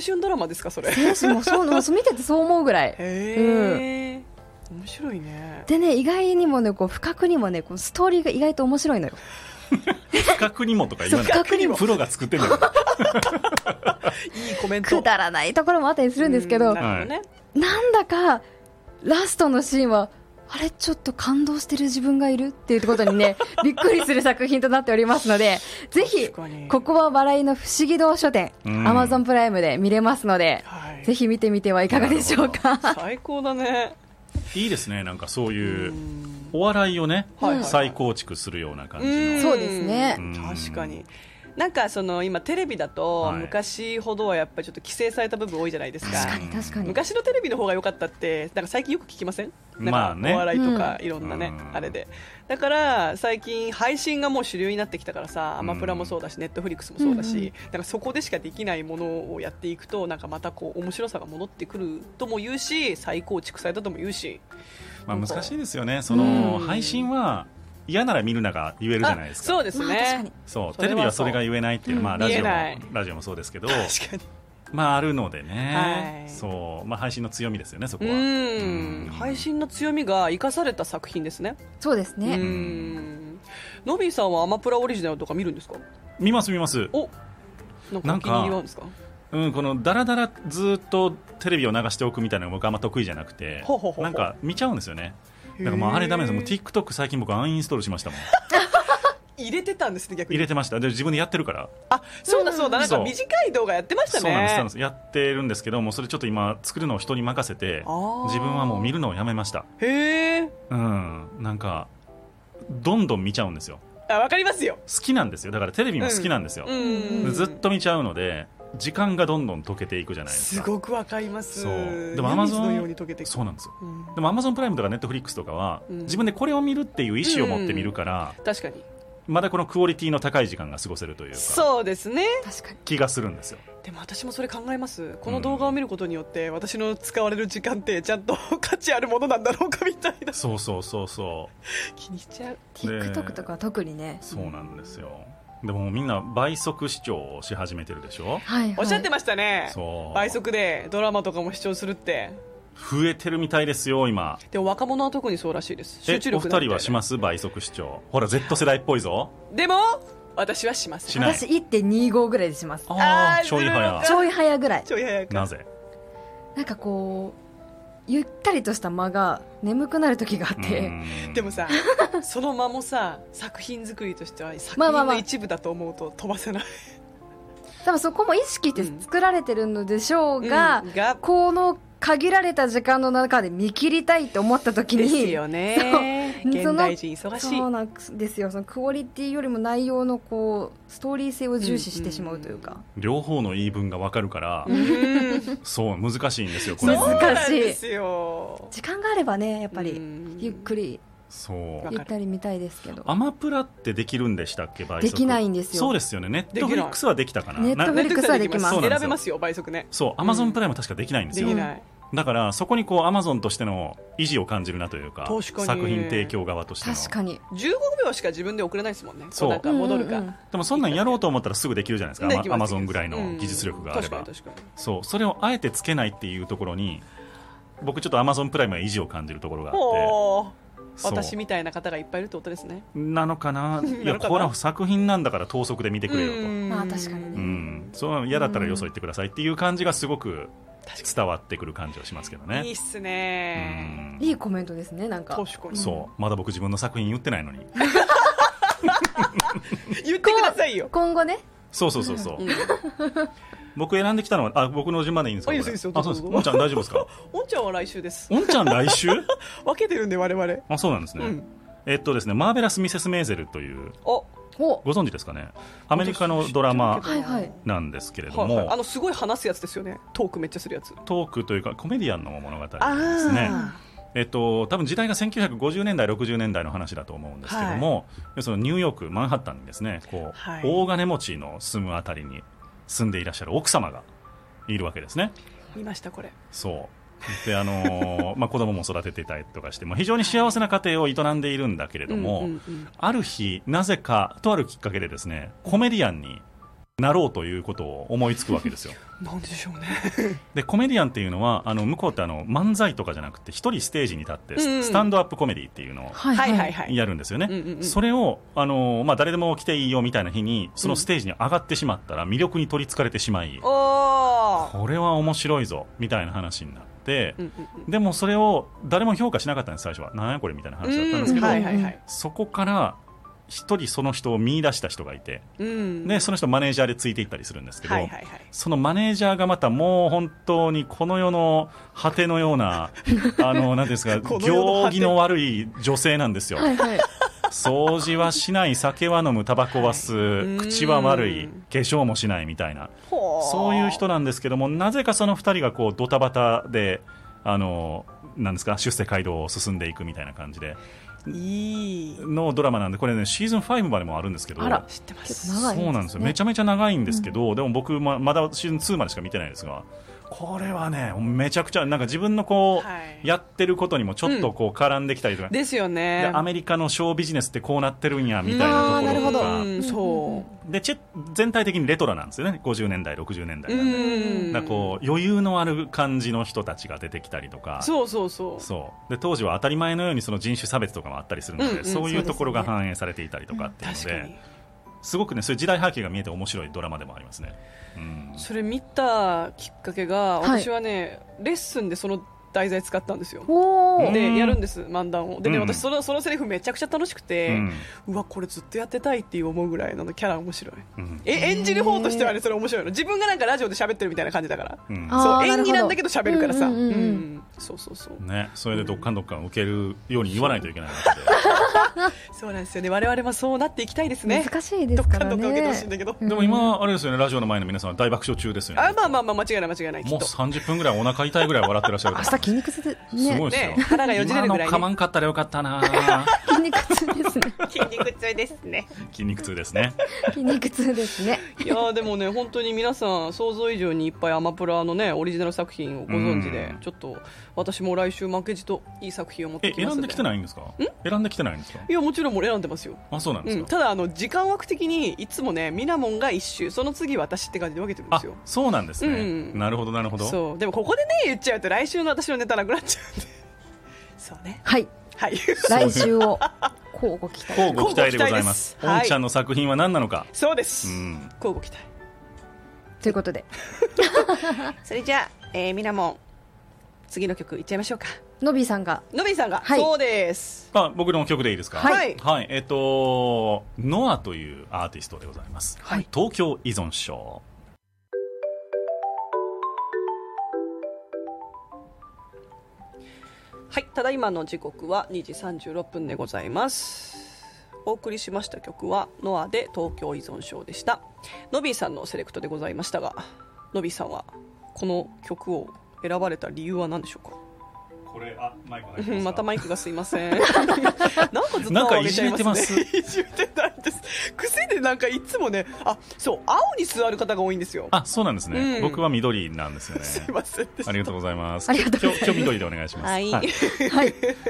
春ドラマですかそれへ
選手もそう、もう見ててそう思うぐらい。
え、面白いね
でね、意外にもね、こう、不覚にもね、こうストーリーが意外と面白いのよ。
不覚にもとか言わ
そう不
な
覚に
い
も
プロが作ってるんだよ
いいコメント
くだらないところもあったりするんですけど、
う
な
なるほどね
んだかラストのシーンはあれちょっと感動してる自分がいるっていうことに ねびっくりする作品となっておりますのでぜひ
確かに
ここは笑いの不思議堂書店
う
Amazon
ん
プライムで見れますので、
はい
ぜひ見てみてはいかがでしょうか。
最高だね
いいですねなんかそういううんお笑いをね、
はいはいはい
再構築するような感じの、
そうですね
うん
うん
確かになんかその今テレビだと
はい
昔ほどはやっぱりちょっと規制された部分多いじゃないですか
確かに確かに
昔のテレビの方が良かったってなんか最近よく聞きませんなん
まあ
か
ね
お笑いとかいろんなね、
うん
あれでだから最近配信がもう主流になってきたからさアマプラもそうだしネットフリックスもそうだし、
うんうん
だからそこでしかできないものをやっていくとなんかまたこう面白さが戻ってくるとも言うし再構築されたとも言うし
まあ、難しいですよねその
うん
配信は嫌なら見るなが言えるじゃないですか
あそうです
まあ確か
ね
に、
そう
それはそう
テレビはそれが言えないっていう、まあ、ラジオ
言
も
えない
ラジオもそうですけど
確かに
まああるのでね、
はい
そうまあ、配信の強みですよねそこ
う
は
ん配信の強みが生かされた作品ですね
そうです
う
ね。
んノビーさんはアマプラオリジナルとか見るんですか
見ます見ます
おなんか
な
お
ん
気
か
に入りはあるんですか
うん、このだらだらずっとテレビを流しておくみたいなのが僕あんま得意じゃなくて
ほうほうほうほう
なんか見ちゃうんですよねなんかもうあれダメですもう TikTok 最近僕アンインストールしましたもん
入れてたんですね逆に
入れてましたで自分でやってるから
あそうだそうだ、なんか
そう
短い動画やってましたね
そうなんですそうなんですやってるんですけどもうそれちょっと今作るのを人に任せて
あー
自分はもう見るのをやめました
へえ
うんなんかどんどん見ちゃうんですよ
あわかりますよ
好きなんですよだからテレビも好きなんですよ、
うん、
う
でずっと見ちゃうので時間がどんどん溶けていくじゃないです
す
か
ごくわかります
そうでも
アマゾ
Amazon
ンのように溶けていく
そうなんですよ
うん
でもアマゾンプライムとかネットフリックスとかは、
うん
自分でこれを見るっていう意思を持って見るから、
確かに
まだこのクオリティの高い時間が過ごせるというか
そうですね
確かに。
気がするんですよ
でも私もそれ考えますこの動画を見ることによって私の使われる時間ってちゃんと 価値あるものなんだろうかみたい な
そうそうそうそ
気にしちゃう
うで
TikTok とかは特にね。
そうなんですよでもみんな倍速視聴をし始めてるでし
は
ょ
い、はい。
おっしゃってましたね、
そう
倍速でドラマとかも視聴するって
増えてるみたいですよ今
でも若者は特にそうらしいです
え
集中
お
力
二人はし
ま
ます倍速視聴ほら Z 世代っぽいぞ
でも私はしません
しない
私1.25ぐらいでします。
あー
ーちょい早
ず
ちょい早ぐらい。
ちょい早く
なぜ
なんかこう、ゆったりとした間が眠くなる時があって、
うん
でもさその間もさ作品作りとしては作
まあまあ
品
まあ
の一部だと思うと飛ばせない、
多分そこも意識して作られてるのでしょう が、
うんが
この限られた時間の中で見切りたいと思った時に、
ですよね
そう
現代人忙しい
そうなんですよそのクオリティよりも内容のこうストーリー性を重視してしまうというか、
両方の言い分が分かるから
うん
そう難しいんですよこれ
難しい
そうなんですよ
時間があればねやっぱ
う
り
ん
ゆっくり
そう
わ
ゆ
かる
ったり見たいですけど
アマプラってできるんでしたっけ倍
で
速
きないんですよ
そうですよねネッ
き
ト
ない
フリックスはできたかな
ネットフリックス
な
はできます
そうなんですよ
選べますよ倍速ね
そうアマゾンプライムは確かできないんです
で
よ、
きない、
だからそこにこうアマゾンとしての意地を感じるなというか
確かに
作品提供側としての
確かに
15秒しか自分で送れないですもんね
そう
こなんか戻るか、
うんうんうん
でもそんなんやろうと思ったらすぐできるじゃないですか
で
ア
き
マ
ます
アマゾンぐらいの技術力があれば、
うん確かに確か
そうそれをあえてつけないっていうところに僕ちょっとアマゾンプライムは意地を感じるところがあ
に
って
おー
そう
私みたいな方がいっぱいいるってことですね
なのかない
な
や
のかな
これは作品なんだから等速で見てくれよと
うん
まあ確かに
う
ね
ん、そう嫌だったらよそ行ってくださいっていう感じがすごく伝わってくる感じはしますけど
いい
ね
っ。す
う
ね
ん
いいコメントですねなんか
確かに
そうまだ僕自分の作品言ってないのに
言ってくださいよ
今後ね
そうそうそうそう、
うん
僕選んできたのはあ僕の順番でいいんですか
あいいで
これ
すいいです
あそうです
どうぞ
おんちゃん大丈夫です か
おんちゃんは来週です
おんちゃん来週
分けてるんで我々
あそうなんですね、
うん
えっとですねマーベラス・ミセス・メーゼルという
お
お
ご存知ですかねアメリカのドラマ
はいはい
なんですけれど
はい
も、
はい、あのすごい話すやつですよねトークめっちゃするやつ
トークというかコメディアンの物語ですね
あ
えっと、多分時代が1950年代、60年代の話だと思うんですけども、そのニューヨーク、マンハッタンにですねこう、
はい
大金持ちの住むあたりに住んでいらっしゃる奥様がいるわけですね。
見ましたこれ
そうで あのーまあ、子供も育てていたりとかして、まあ、非常に幸せな家庭を営んでいるんだけれども、
うんうんうん
ある日、なぜかとあるきっかけでですねコメディアンになろうということを思いつくわ けですよ。
なんでしょうね
でコメディアンっていうのはあの向こうってあの漫才とかじゃなくて一人ステージに立って
うんうん
ススタンドアップコメディっていうのを
はい
はいはいはい
やるんですよね、
うんうんうん
それを、あのーまあ、誰でも来ていいよみたいな日にそのステージに上がってしまったら魅力に取りつかれてしまい、
おー
これは面白いぞみたいな話になって、
うんうん
でもそれを誰も評価しなかったんです最初はなんやこれみたいな話だったんですけど、
うんはいはいはい
そこから一人その人を見出した人がいて
うん
でその人マネージャーでついていったりするんですけど、
はいはいはい
そのマネージャーがまたもう本当にこの世の果てのような、 あの、なんていうんですか、
この世の果
行
て
儀の悪い女性なんですよ。
はいはい
掃除はしない、酒は飲む、タバコは吸う、
はい
口は悪
う
い、化
ん
粧もしないみたいな、
ほー
そういう人なんですけども、なぜかその二人がこう、ドタバタで、あの、なんですか、出世街道を進んでいくみたいな感じで、
いい
のドラマなんで、これね、シーズン5までもあるんですけど、
あら
知ってま
結
す
構長いですね
そうなんですよめちゃめちゃ長いんですけど、でも僕ままだシーズン2までしか見てないですがこれはねめちゃくちゃなんか自分のこう、
はい
やってることにもちょっとこう絡んできたりとか、
ですよ
で
ね
アメリカのショービジネスってこうなってるんやみたいな
あー
ところと
なる
か
ほど
うんそ
でチェ全体的にレトロなんですよね50年代60年
う
代
う
なんで、
ん
だからこう余裕のある感じの人たちが出てきたりとか
そうそうそう
そうで当時は当たり前のようにその人種差別とかもあったりするので、
うんうん
そうい
そう
う
ですね
ところが反映されていたりとかっていうの
確かに
で。すごくねそういう時代背景が見えて面白いドラマでもありますね、うん、
それ見たきっかけが
はい
私はね、レッスンでその題材使ったんですよ
おー
でやるんです漫談をでね、
うん
私そのそのセリフめちゃくちゃ楽しく
う
て、
ん
うわこれずっとやってたいって思うぐらいなのキャラ面白い
うん
え演じる方としてはねそれ面白いの自分がなんかラジオで喋ってるみたいな感じだから
うん
あ
そう
ーなる
演
ほど
技なんだけど喋るからさ
うんうんうんうん
うんそうそうそう
ね、それでどっかんどっかん受けるように言わないといけないわけで、
そうなんですよね我々もそうなっていきたいですね
難しいで
ど
す
っ
か
からんど
ね
っか受けてほしいんだけど、
うん
でも今あれですよねラジオの前の皆さんは大爆笑中ですよね
あまあまあまあ間違いない間違いないき
も
っ
う
と
30分ぐらいお腹痛いぐらい笑ってらっしゃる
明
か
日
ら
筋肉痛で、
すごい
ね、
ですよ、
ね腹がよじれるぐらいね
今のかまんかったらよかったな
筋肉痛ですね
筋肉痛ですね
筋肉痛ですね
筋肉痛ですね
いやーでもね本当に皆さん想像以上にいっぱいアマプラのねオリジナル作品をご存知で、
うん
ちょっと私も来週負けじといい作品を持っ
え
てき
選
ます
んできてないんですか選んできてないんですか
いやもちろんもう選んでますよ
あそうなんで
う
す
ん、
か、
ただあの時間枠的にいつもねみなもんが一周その次私って感じで分けてるんで
あ
すよ
そうなんですね、
うん
なるほどなるほど
そうでもここでね言っちゃうと来週の私のネタなくなっちゃうんでそうね
はい
はい
来週を交互期待
乞うご期待でございます
乞うご期待です
お
はい
んちゃんの作品は何なのか、
そうです、
うん
交互期待
ということで
それじゃあ、えー、みなもん次の曲いっちゃいましょうか
のびーさんが
のびさんが、
はい
そうです
あ僕の曲でいいですか
はい
はい、えっと、ノアというアーティストでございます。
はい
東京依存症。
はい、ただいまの時刻は2時36分でございます。お送りしました曲は「ノア」で「東京依存症」でしたのびーさんのセレクトでございましたがのびーさんはこの曲を選ばれた理由は何でしょうか
これ、あ、マイク
うんまたマイクがすいま せんなんかずっと
なんか
青上げちゃいますね
い
いじめてないです癖でなんかいつもねあそう青に座る方が多いんですよ
あ、そうなんですね。
うん
僕は緑なんですよ ね。
すいませんでし
あ
た
りがとうございます。
ありがとうございます
今日今日緑でお願いします。
はい
はい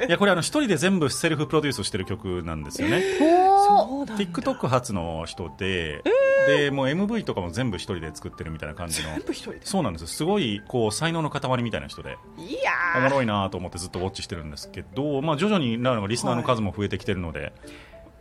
いや、これ、あの、一人で全部セルフプロデュースしてる曲なんですよね。
おー
そうなんだ
TikTok 発の人で、で、もう MV とかも全部一人で作ってるみたいな感じの。
全部一人で
そうなんですよすごいこう才能の塊みたいな人で
いや
お
ー
もろいなと思ってずっとウォッチしてるんですけど、まあ、徐々になんかリスナーの数も増えてきてるので、うん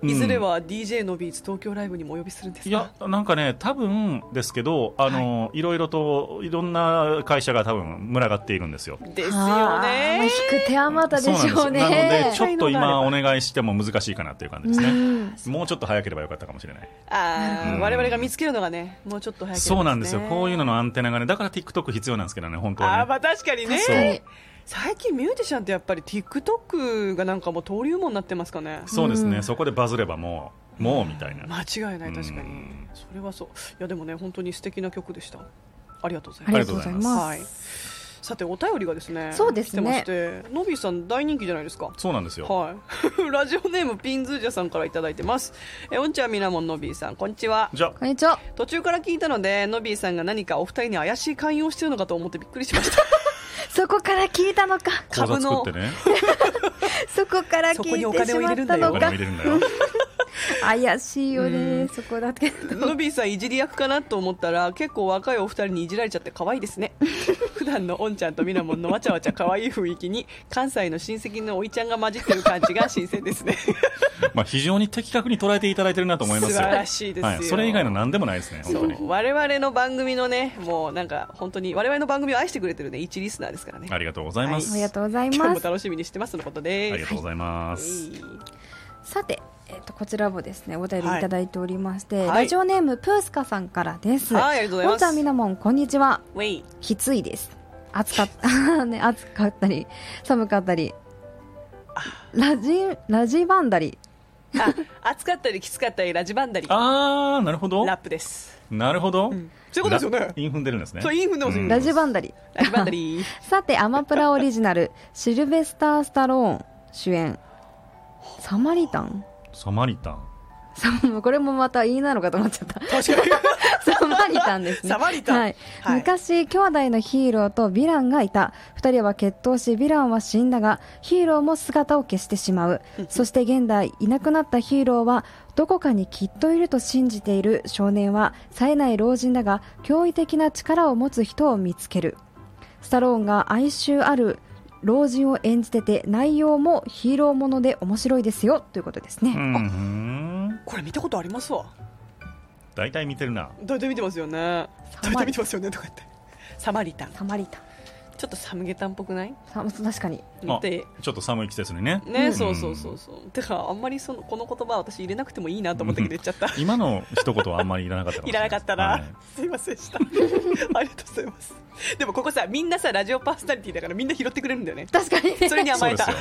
いずれは DJ のビーズ東京ライブにもお呼びするんですか
いやなんかね多分ですけどあの、い、ろいろといろんな会社が多分群がっているんですよ。
ですよ
あーもう
ね
引く手あまたでしょ
そううなん
ね
ですよなのでち
ょ
ょっと今お願いしても難しいかなっていう感じですね。
うん
もうちょっと早ければよかったかもしれない。
あー
うん
我々が見つけるのがねもうちょっと早く
そうなんですよ。こういうの
の
のアンテナがね、だから TikTok 必要なんですけどね、本当
あ
は
ー
ね。
まあ確かにね
確
そう
かに
最近ミュージシャンってやっぱり TikTok がなんかもう登竜門になってますかね
そうですね、
うん
そこでバズればもう、もうみたいな。
間違いない確か
う
に
ん
それはそういやでもね本当に素敵な曲でしたありがとうござい
あ
ま
り
す
がとうございま
はい
す
さてお便りがですね
そうです
来て
ね
ましてのびさん大人気じゃないですか
そうなんですよ。
はい ラジオネームピンズージャさんからいただいてますえおんちゃんみなもんのびーさんこんにちは
じゃあ、
こんにちは
途中から聞いたのでノビーさんが何かお二人に怪しい勧誘をしてるのかと思ってびっくりしま した
そこから聞いたのか
口座作ってね、
そこから聞いてしまった
株
の
のそこ
お金
か
を入れるんだよ。
怪しいよね、そこだけど。
のびーさんいじり役かなと思ったら結構若いお二人にいじられちゃって可愛いですね 普段のおんちゃんとみなもんのわちゃわちゃ可愛い雰囲気に関西の親戚のおいちゃんが混じってる感じが新鮮です ね
まあ非常に的確に捉えていただいてるなと思いますよ
素晴らしいですよ
はい、それ以外の何でもないですね本
そ
当に
う我々の番組のねもうなんか本当に我々の番組を愛してくれてるね一リスナーですからね
ありがとうございます、
ありがとうござい
今
ま
日も
す。
楽しみにしてますのことです
ありがとうございます、
さて、えっとこちらもですねお便りいただいておりまし
は
て、
い
ラジオネームプースカさんからです。
はいありがとうございます
おんちゃんみなもんこんにちは。
ウェイ
きついです。暑 かった、ね、暑かったり寒かったり。ラジラジバンダリ
あ暑かったりきつかったりラジバンダリラ
ああなるほど
ップです
なるほど、
そういうことですよね
インフンでるんですね
そうインフンでます
うん
ラジバンダリ
ラジバンダリ
さてアマプラオリジナル「シルベスター・スタローン」主演「サマリタン
サマリタン」
さこれもまたいいなのかと思っちゃっ た
確かに
サマリタンですね。
サマリタン
はい。
はい
昔、兄弟のヒーローとヴィランがいた。二人は決闘し、ヴィランは死んだが、ヒーローも姿を消してしま う。そして現代、いなくなったヒーローは、どこかにきっといると信じている少年は、冴えない老人だが、驚異的な力を持つ人を見つける。スタローンが哀愁ある老人を演じてて、内容もヒーローもので面白いですよ、ということですね。
うんうん
これ見たことありますわ
大体見てるな
大体見てますよね
サ
大
マ
体見
リ
てますよねとか言ってサマリタン
サマリタン。
ちょっとサムゲタンっぽくない
さ確かに。
あ
で
ちょっと寒い季節にね
ね、
うん
そうそうそうそうてかあんまりそのこの言葉私入れなくてもいいなと思ったけど言っち ゃった
今の一言はあんまりいらなかったもし
いら
れな
な
い
かったな、
はい
すいませんでした ありがとうございますでもここさみんなさラジオパーソナリティだからみんな拾ってくれるんだよね
確かにね。
それに
そ
甘
う
え
で
た
すよ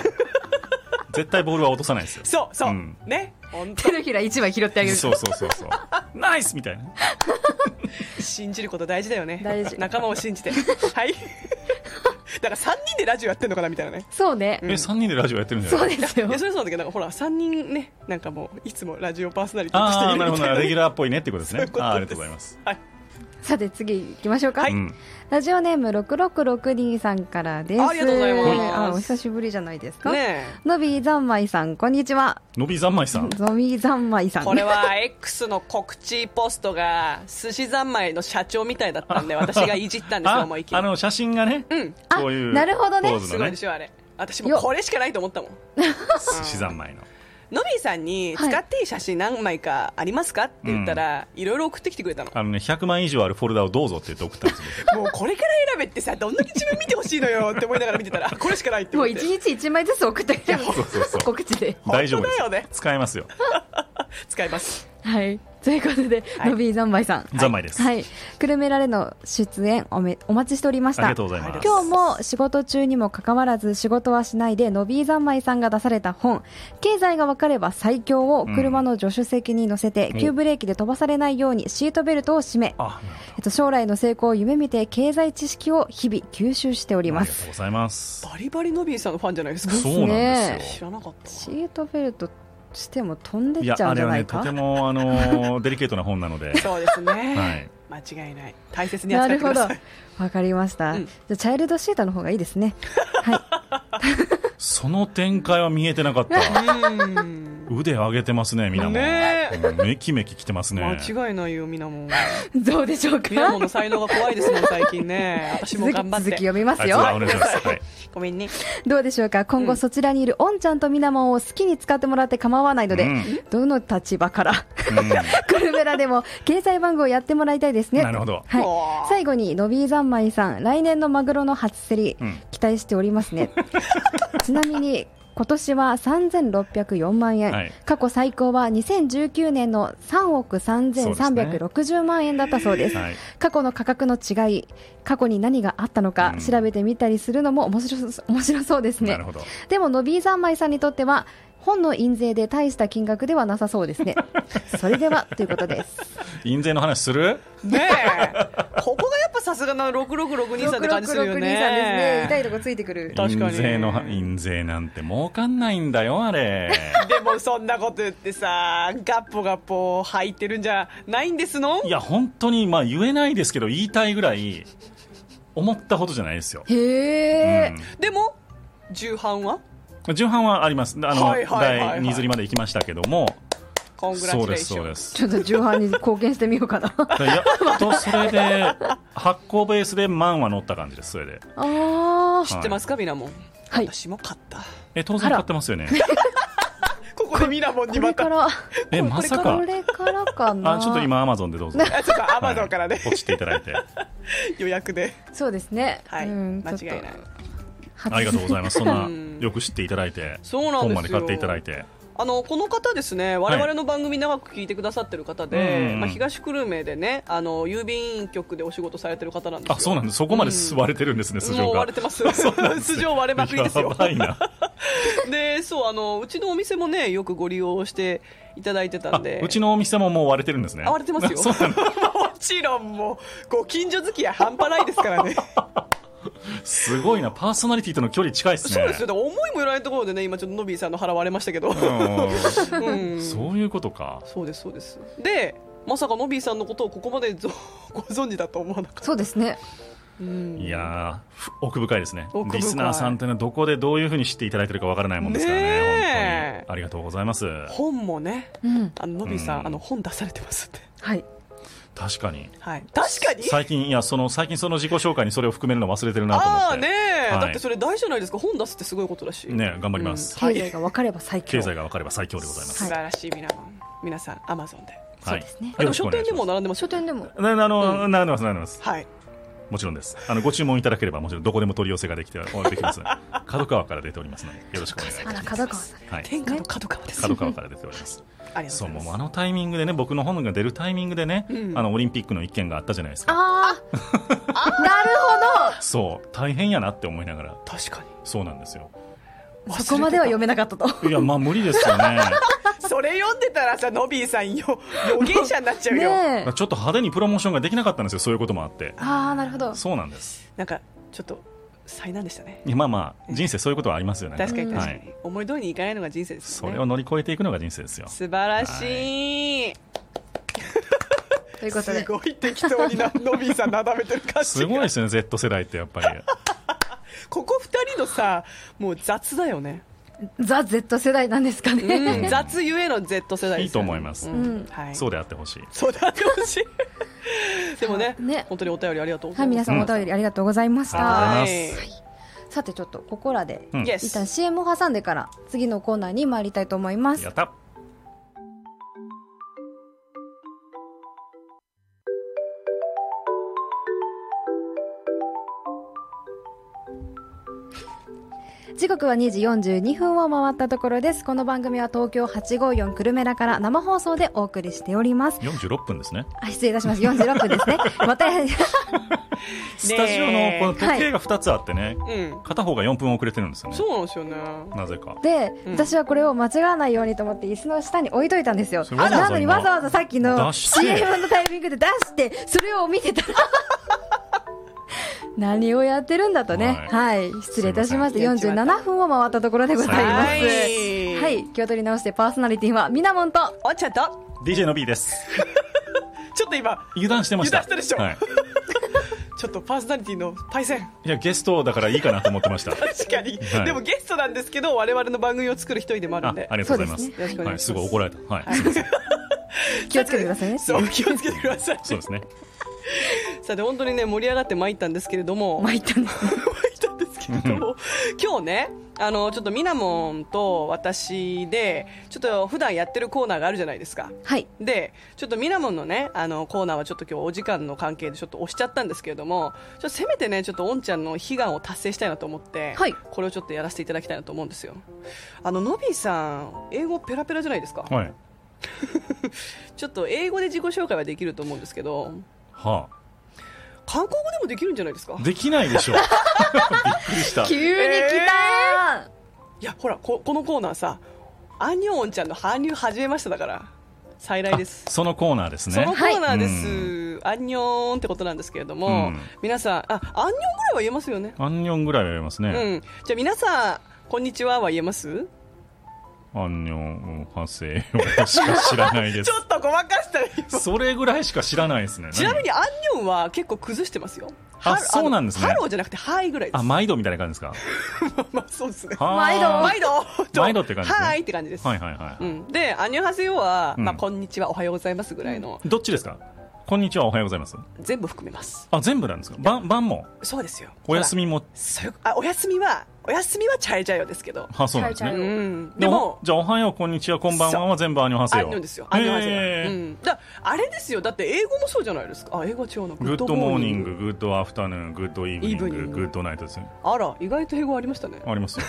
絶対ボールは落とさないですよ
そうそう、
うん
ね本
手のひら一枚拾ってあげる。
そうそうそうそうナイスみたいな
当信じること大事だよね
大事
仲間を信じ てはい だから3人でラジオやってんのかなみたいなね
そうね。
え三人でラジオやってるんじゃ
そ
な
う
い
ですよ
いや。それはそうなんだけどなんかほら3人ねなんかもういつもラジオパーソナリティとして
あ
い
あな
る
る
み
ほ
たいな
どレギュラーっぽいねってことです
そうい
ね
うことです
あーありがとうございます
はい
さて次行きましょうか。
はい
うん
ラジオネーム六六六二さんからです。
ありがとうございます
あお久しぶりじゃないですか。
ね
のびざんまいざんまいさんこんにちは。
のびざんまいさん
のびざんまいさん。
えこれは X の告知ポストが寿司三昧の社長みたいだったんで私がいじったんですよ
あ
思い切
あ
り
の写真がね
うん
こういう
なるほどね
ポーズ
す
の
ごい
ね
で
寿
しょあれ私もうこれしかないと思ったもん
司ざんまいの
ノビーさんに使っていい写真何枚かありますかって言ったら、いろいろ送ってきてくれたの。
あのね100万以上あるフォルダをどうぞって言って送ったんですよ
もうこれから選べってさ、どんだけ自分見てほしいのよって思いながら見てたら、あこれしかないって
も
思っ
う
て。
一日一枚ずつ送ってく れる
そうそうそう
告知で。
本当だよね
大丈夫です使えますよ
使います。
はい。ということで、
はい
のびざんまいさん。
ざんまいですあ
はい。久留米られの出演おめお待ちしておりまし
り
た。
がとうございます
今日も仕事中にもかかわらず仕事はしないでのびーざんまいさんが出された本「経済が分かれば最強」を車の助手席に乗せて、
うん
急ブレーキで飛ばされないようにシートベルトを締め、
あ
えっと、将来の成功を夢見て経済知識を日々吸収しており
り
ま
がとう
す
ございます
バリバリノビーさんのファンじゃないですか。
そうなんで
知
すよ
らなかった。
シートベルトしても飛んで
い
っ
や
ちゃう
あ
んじ
れ
ゃ
は
な
ね
い
と
か
てもあの ーデリケートな本なので
そうです
は
ね。
い
間違いない。大切に
な
扱っ
る
てく
ほ
だ
ど
さい。
わかりました、
うん
じゃあチャイルドシートの方がいいですね
その展開は見えてなかった。
うん
腕上げてますね、みなもん。
ね
うんめきめき来てますね。
間違いないよ、みなもん。
どうでしょう
みな
か
もんの才能が怖いですもん、最近ね。私も
続き
頑張っ
続き
て。
読みます
はい
よ
あお願いします。はい。
ごめんね。
どうでしょうか今後そちらにいるおんちゃんとみなもんを好きに使ってもらって構わないので、
うん
どの立場から
う
クルメラでも経済番号をやってもらいたいですね
なるほど
は
お
い、
ー
最後にのびーざんまいさん来年のマグロの初競り、
うん
期待しておりますね ちなみに今年は3604万円、
はい
過去最高は2019年の3億3360万円だったそうです
んはい。
過去の価格の違い過去に何があったのか
うん
調べてみたりするのも面白そ面白そうです
な
ね
るほど。
でものびーざんまいさんにとっては本の印税で大した金額ではなさそう ですねそれではということです
印税の話する
ねえ。ここがやっぱさすがの6662さんって感じするよ
66623ですね
ね。
痛いとこついてくる
確かに
印税の、印税なんて儲かんないんだよ、あ れ。
でもそんなこと言ってさガッポガッポ入ってるんじゃないんですの
いや、本当に、まあ言えないですけど、言いたいぐらい、思ったほどじゃないですよ。
へえ、
でも重版は
うん、順番はあります。あの、
はいはいはいはい
第2釣りまで行きましたけども、
コングラチュ
そ
レ
うで
ー
す
ショ
そ
ン
うです
ちょっと重版に貢献してみよう かなあ
でやっとそれで発行ベースで万は乗った感じですそれで
あ
知ってますかミラモン
はい
私も買った
え当然買ってますよね
ここでミラモンに
こ
ま
れ
た
から
えまさか
これからかな
あちょっと今アマゾンでどうぞ
あそうかアマ
は
ゾ
い
ンからね、
落ちていただいて
予約で
そうですね
はい、
うん
間違いない
ちょっ初
ありがとうございますそんな
うん
よく知っていただいて
そうなんですよ
本まで買っていただいて
あのこの方ですね我々の番組長く聞いてくださってる方で、
うんうん
まあ、東久留米でねあの郵便局でお仕事されてる方なんですよ
あそうなんですそこまで割れてるんですね素
も
性
う
が
割れて ます素性割れまくりですよ
やばいな
でそうあのうちのお店もねよくご利用していただいてたん
あ
で
うちのお店ももう割れてるんですね
あ割れてますよ
そうなんだ
もちろんもうご近所付き合い半端ないですから ね
すごいなパーソナリティとの距離近いですね
そうですよね思いもよらないところでね今ちょっとノビーさんの腹割れましたけど、
う
うん
んそういうことか
そうですそうですでまさかノビーさんのことをここまでぞ ご存知だと思わなかった、
そうですね
うん
いやーふ奥深いですね
奥深い
リスナーさんってのはどこでどういうふうに知っていただいてるかわからないもんですからね
ねえ
本当にありがとうございます
本もね
うん
あのノビーさん、
うん
あの本出されてますって
はい
確かに
はい確かに
最近いやその最近その自己紹介にそれを含めるの忘れてるなと思って
ああーねえ、
はい
だってそれ大事じゃないですか本出すってすごいことだし
ね頑張ります、
は
経
い
済が分かれば最強
経済が分かれば最強でございます
素晴らしい皆さん皆さんアマゾンで
はい
は
そう
い
ですね
あでも書店でも並んでます
書
よ
店でも
なあの、なりますなります
はい
もちろんですあのご注文いただければもちろんどこでも取り寄せができておできます角川から出ておりますのでよろしくお願いいたし
あ
ま
ら
す
角川さん
はい
天下の角川です
角川から出ております
ありがと
そうう
ござい
もう
ま
あのタイミングでね僕の本が出るタイミングでね、
うん
あのオリンピックの一件があったじゃないですか
ああなるほ
そう大変やなって思いながら
す確か
そうなんですよ
に
どそこまでは読
め
めなかったと
いやまあ無理ですよね
それ読んでたらさノビーさんよ予言者になっちゃう
ね
よ、
え
ちょっと派手にプロモーションができなかったんですよそういうこともあって
ああなるほど
そうなんです
なんかちょっと災難でしたね
まあまあ人生そういうことはありますよね
確かに確かに、
はい
思い通りにいかないのが人生です
そ
よ
れ
ね
を乗り越えていくのが人生ですよ
素晴らしい、
ということ
す
で
ごい適当になノビーさんなだめてる感じ
すごいですよね Z 世代ってやっぱり
ここ二人のさもう雑だよ ね、
ザ・ Z 世代なんですかね、
うん雑ゆえの Z 世代ですよね
いいと思います
うんはい、
そうであってほしい
そうだってほしい でもね
ね
本当にお便りありがとうござ
はい
ま
い皆
す、
さんお便りありがとうございました、
ありがとうございます
さてちょっとここらで、
うん
イエ
一旦
ス
CM を挟んでから次のコーナーに参りたいと思います
やった
時刻は2時42分を回ったところですこの番組は東京854久留米らから生放送でお送りしております
46分ですね
あ失礼いたします46分ですねまた
スタジオのこの時計
は
が2つあってね、
うん
片方が4分遅れてるんですよね
そうなんですよね
なぜか
で、
うん
私はこれを間違わないようにと思って椅子の下に置いといたんですよ
それわざわざ
なのにわざわざさっきの
出して
CM のタイミングで出してそれを見てたら 何をやってるんだとねはい、失礼いたしました
すいません
47分を回ったところでございます
は
はい
はい、気を取り直してパーソナリティはみなもんと
おっちゃった
DJ の B です
ちょっと今
油断してました
油断してたでしょ
はい、
ちょっとパーソナリティのパイ セン
いやゲストだからいいかなと思ってました
確かに、
はい
でもゲストなんですけど我々の番組を作る一人でもある
あ
んで
ありがとうございます
そう
ですねよろしくお願いし
はい、
ます
すごい怒られたはい、
はい
すいません
気をつけてくださいね
そう気をつけてください
そうですね
さて本当にね盛り上がって参ったんですけれど も
まいったんですね
いたんですけれども今日ねあのちょっとみなもんと私でちょっと普段やってるコーナーがあるじゃないですか
はい
でちょっとミラモンのねあのコーナーはちょっと今日お時間の関係でちょっと押しちゃったんですけれどもちょっとせめてねちょっとおんちゃんの悲願を達成したいなと思って、
はい
これをちょっとやらせていただきたいなと思うんですよあののびーさん英語ペラペラじゃないですか、
はい
ちょっと英語で自己紹介はできると思うんですけど
は
韓国語でもできるんじゃないですか
あできないでしょ びっくりした
急に来た
いやほらここのコーナーさアンニョンちゃんの搬入始めましただから再来です
そのコーナーですね
そのコーナーで
う
す、アンニョンってことなんですけれども、
うん
皆さんあアンニョンぐらいは言えますよね
アンニョンぐらいは言えます
う
ね、
ん、じゃあ皆さんこんにちはは言えます
アンニョン派生はしか知らないです
ちょっとごまかしたら今
それぐらいしか知らないですね
ちなみにアンニョンは結構崩してますよハロ
あそうなんですね
あのハローじゃなくてはいぐらいで
あ
す。
毎度みたいな感じですか
まあそうですね。
はー
毎度
毎度と
毎度って感じですね
はいって感じです。
はいはいはい、
うん、で、アニュハセヨは、
うん
まあ、こんにちは、おはようございますぐらいの、
どっちですかこんにちはおはようございます
全部含めます。
あ全部なんですか晩晩も
そうですよ。
お休
み。
みも
そういうあ、お休みは、お休みはチャレジャヨですけど。
はそうなんです
う
ね
ん。
で
で
も
も、
じゃあおはようこんにちはこんばんはは全部アニョハセ
あ
ヨ
るんですよ。あるんですよ。
へー
うん。だあれですよ。だって英語もそうじゃないですか。あ、英語は違うの。
グッドモーニング、グッドアフタヌーン、グッドイーブニング、
イーブニング
グッドナイトですね。
あら、意外と英語ありましたね。
ありますよ。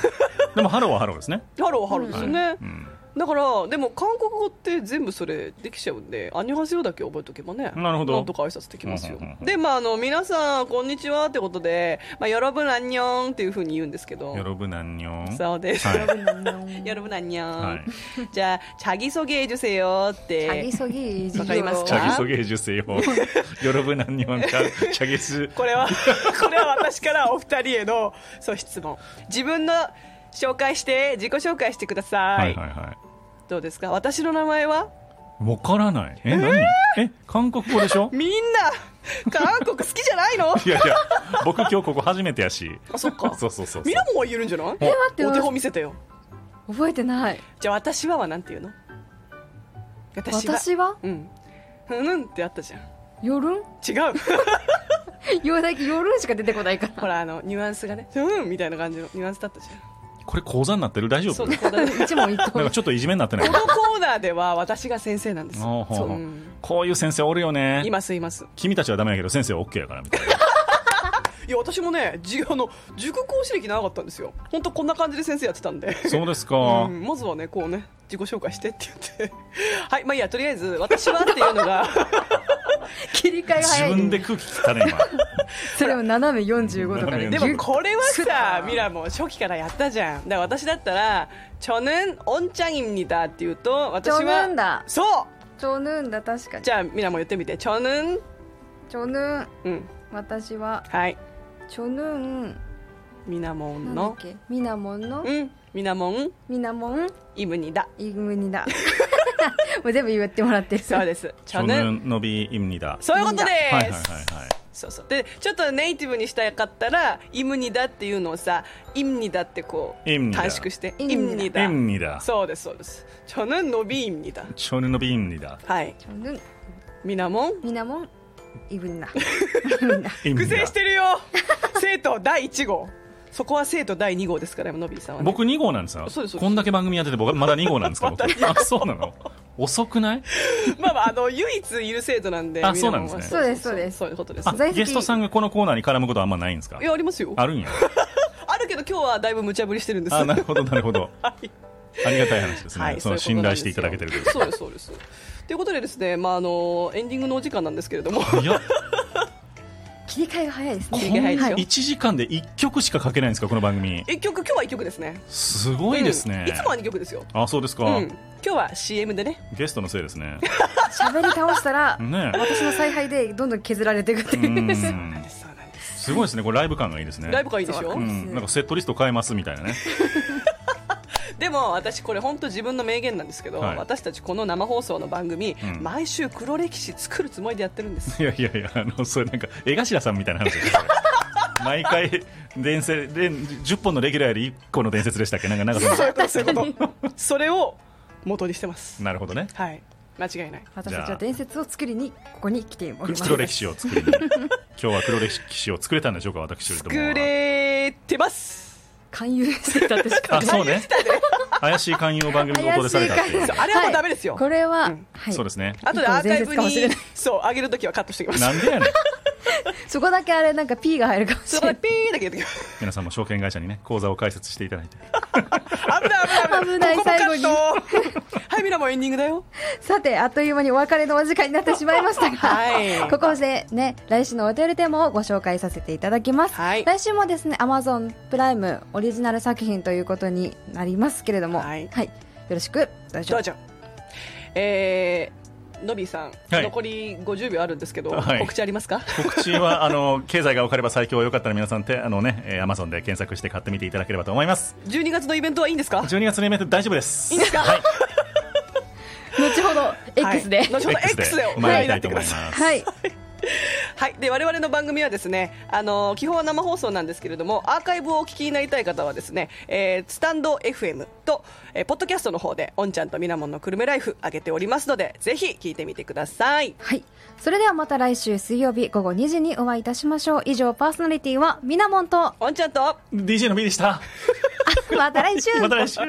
でも、ハローはハローですね。
ハローハローですよね。
うん。
だから、でも韓国語って全部それできちゃうんで、アニュハセヨだけ覚えとけばね、
なるほど
んとか挨拶できますよ
うんうんうん。うん
で、まあ、あの、皆さん、こんにちはってことで、まあ、よろぶなんにょんっていうふうに言うんですけど
よ、ろぶなんにょん。
そうです。
はい
よろぶなんにょ
は
ん
い。。
じゃあ、자기소개해주세요って。
자기소개
자, 가리마스.
チャギソゲージュセヨ。 よろぶなんにょん。チャチャギス。
これは これは私からお二人へのそう質問自分の紹介して自己紹介してくださ、
はいいはいは。
どうですか私の名前はい
わからない。え、何え、韓国語でしょ
みん な韓国好きじゃないの
いやいや、僕今日ここ初めてやし。
あそっか
そうそうそうそう
ミ。ラモンは言えるんじゃない
え待
って
お手本見せてよ
覚えてない
じゃあ私ははなんて言うの私は
私は
うんうんうんってあったじゃん
夜
違 う
夜だけ夜しか出てこないから
ほらあのニュアンスがねうんみたいな感じのニュアンスだったじ
これ講座になってる大
ゃ
丈
んそ
夫
うだ
なん
この
一問一答
かちょっといじめになってない
このコーナーでは私が先生なんです
あ
よ
あ
そう
ほう
うん
こういう先生おるよね。
いますいます
君たちはダメやけど先生は OK やからみたいな。
いや私もねじ あの塾講師歴長かったんですよ本当こんな感じで先生やってたんで、
そうですか。
うん、まずはねこうね自己紹介してって言って はいまあいいやとりあえず私はっていうのが
切り替え
自
早い
分で空気切ったね、今。
それを斜め45度か
斜め
ら
でもこれはさミラも初期からやったじゃんだから私だったら「ちょぬんおんちゃんいみだ」って言うと私は
ちょぬんだ
そ
ちょぬんだ確
う
かに
じゃあミラも言ってみて「ちょぬん
ちょぬん」
うん
私は
はい
ちょぬん
ミナモン
なんだっ
の
けみなもんの
うんミナモン
みなもん
イムニだ
イグムニだ もう全部言ってもらってる
そう です「ち
ち
ょ
ょ
ぬ
ぬ
ん
んのびいみだ。」
そういうことです、
はいはいはいはい。
そうそうでちょっとネイティブにしたかったら「イムニダ」っていうのをさ「イムニダ」ってこう
イムニダ
短縮して「
イ
イム
ム
ニ
ニ
ダ
い」みだ。
そうですそうです「저는노비입니다
ちょぬんのびいみだ。」
はい
ちょぬん
「みなもん
みなもんイグムニだ」
苦
苦
戦してるよ生徒第1号そこは生徒第2号ですからノビーさんは、ね、
僕2号なんですよ。
そうですそうです
こんだけ番組やってて、僕まだ2号なんですか、
ま
僕。
た
あ、そうなの遅くない
まあまああの唯一いる生徒なんで
あ
みもは
そうなんです
ねそうですそうです
そういうことです
あ、
在籍
ゲストさんがこのコーナーに絡むことはあんまないんですか
いやありますよあ
あるんや。
るけど今日はだいぶ無茶ぶりしてるんです
あ、なるほど、なるほど。
はい
ありがたい話ですね。
はい、
その
う
信
うことなん
頼
です
していただけてるという
そうですそうですということでですね、まあ、あのエンディングのお時間なんですけれども
いや、
切り替えが早いです
こ
ね
切り替えでしょ
ん1時間で1曲しか書けないんですか、この番組。
一曲今日は一曲ですね
すごいですね
うん。いつもは二曲ですよ
あ、そうですか
う。ん今日は CM でね
ゲストのせいですね。
喋り倒した ら
ね
私の采配でどんどん削られていくって
う
いう
ん。すごいですね。これライブ感がいいですね。
ライブ感いいでしょ、
うん、なんかセットリスト変えますみたいなね。
でも私これ本当自分の名言なんですけど、
はい
私たちこの生放送の番組、
うん
毎週黒歴史作るつもりでやってるんです
いやいやいや、あの、それなんか、江頭さんみたいな話ですよ。それ毎回、伝説、で、10本のレギュラーより1個の伝説でしたっけなんか、なんか そ
そういうことそういうこと それを元にしてます
の、なるほどね。
はい間違いない
私たちは伝説を作りにここに来ております
黒歴史を作りに。今日は黒歴史を作れたんでしょうか、私どもは
作れてます
勧誘してたってしか
あ、そうね。怪しい勧誘を番組の音でされたっていう
怪しい勧。
あれはもうダメですよ
これは、
うん
はい、
そうですね。
あとでアーカイブ
一個前説かもしれ
に
ない
そう上げるときはカットしておきます
なんでやねん。
そこだけあれなんか P が入るかもし
そ
れ
こ
な
で
い
ピーだけ言ってきます
皆さんも証券会社にね、口座を開設していただいて。
危ない危ない危ない
危ない
ここもカット はいミラもエンディングだよ
さてあっという間にお別れのお時間になってしまいました が、
はい
ここでね来週のお便りテーマをご紹介させていただきます、
はい
来週もですね Amazon プライムオリジナル作品ということになりますけれども
はい
よろしくどうぞ
どうぞえー、のびーさん、
はい
残り50秒あるんですけど、
はい
告知ありますか
告知は、あの、経済が分かれば最強。よかったら皆さんって、あのね、えー Amazon で検索して買ってみていただければと思います。
12月のイベントはいいんですか
12月のイベント大丈夫です。
いいんですか
はい。
後ほど X で、
はい、後ほど X でお
参
参りに
りた
なって
いと
く
思い
だ
ます。
さい
はい、
はい、で我々の番組はですね、あのー基本は生放送なんですけれども、アーカイブをお聞きになりたい方はですね、えースタンド FM と、えーポッドキャストの方で、おんちゃんとみなもんのくるめライフ上げておりますので、ぜひ聞いてみてください。
はい。それではまた来週水曜日午後2時にお会いいたしましょう。以上、パーソナリティはみなもんと、
おんちゃんと。
DJ の B でした
また来週
また来週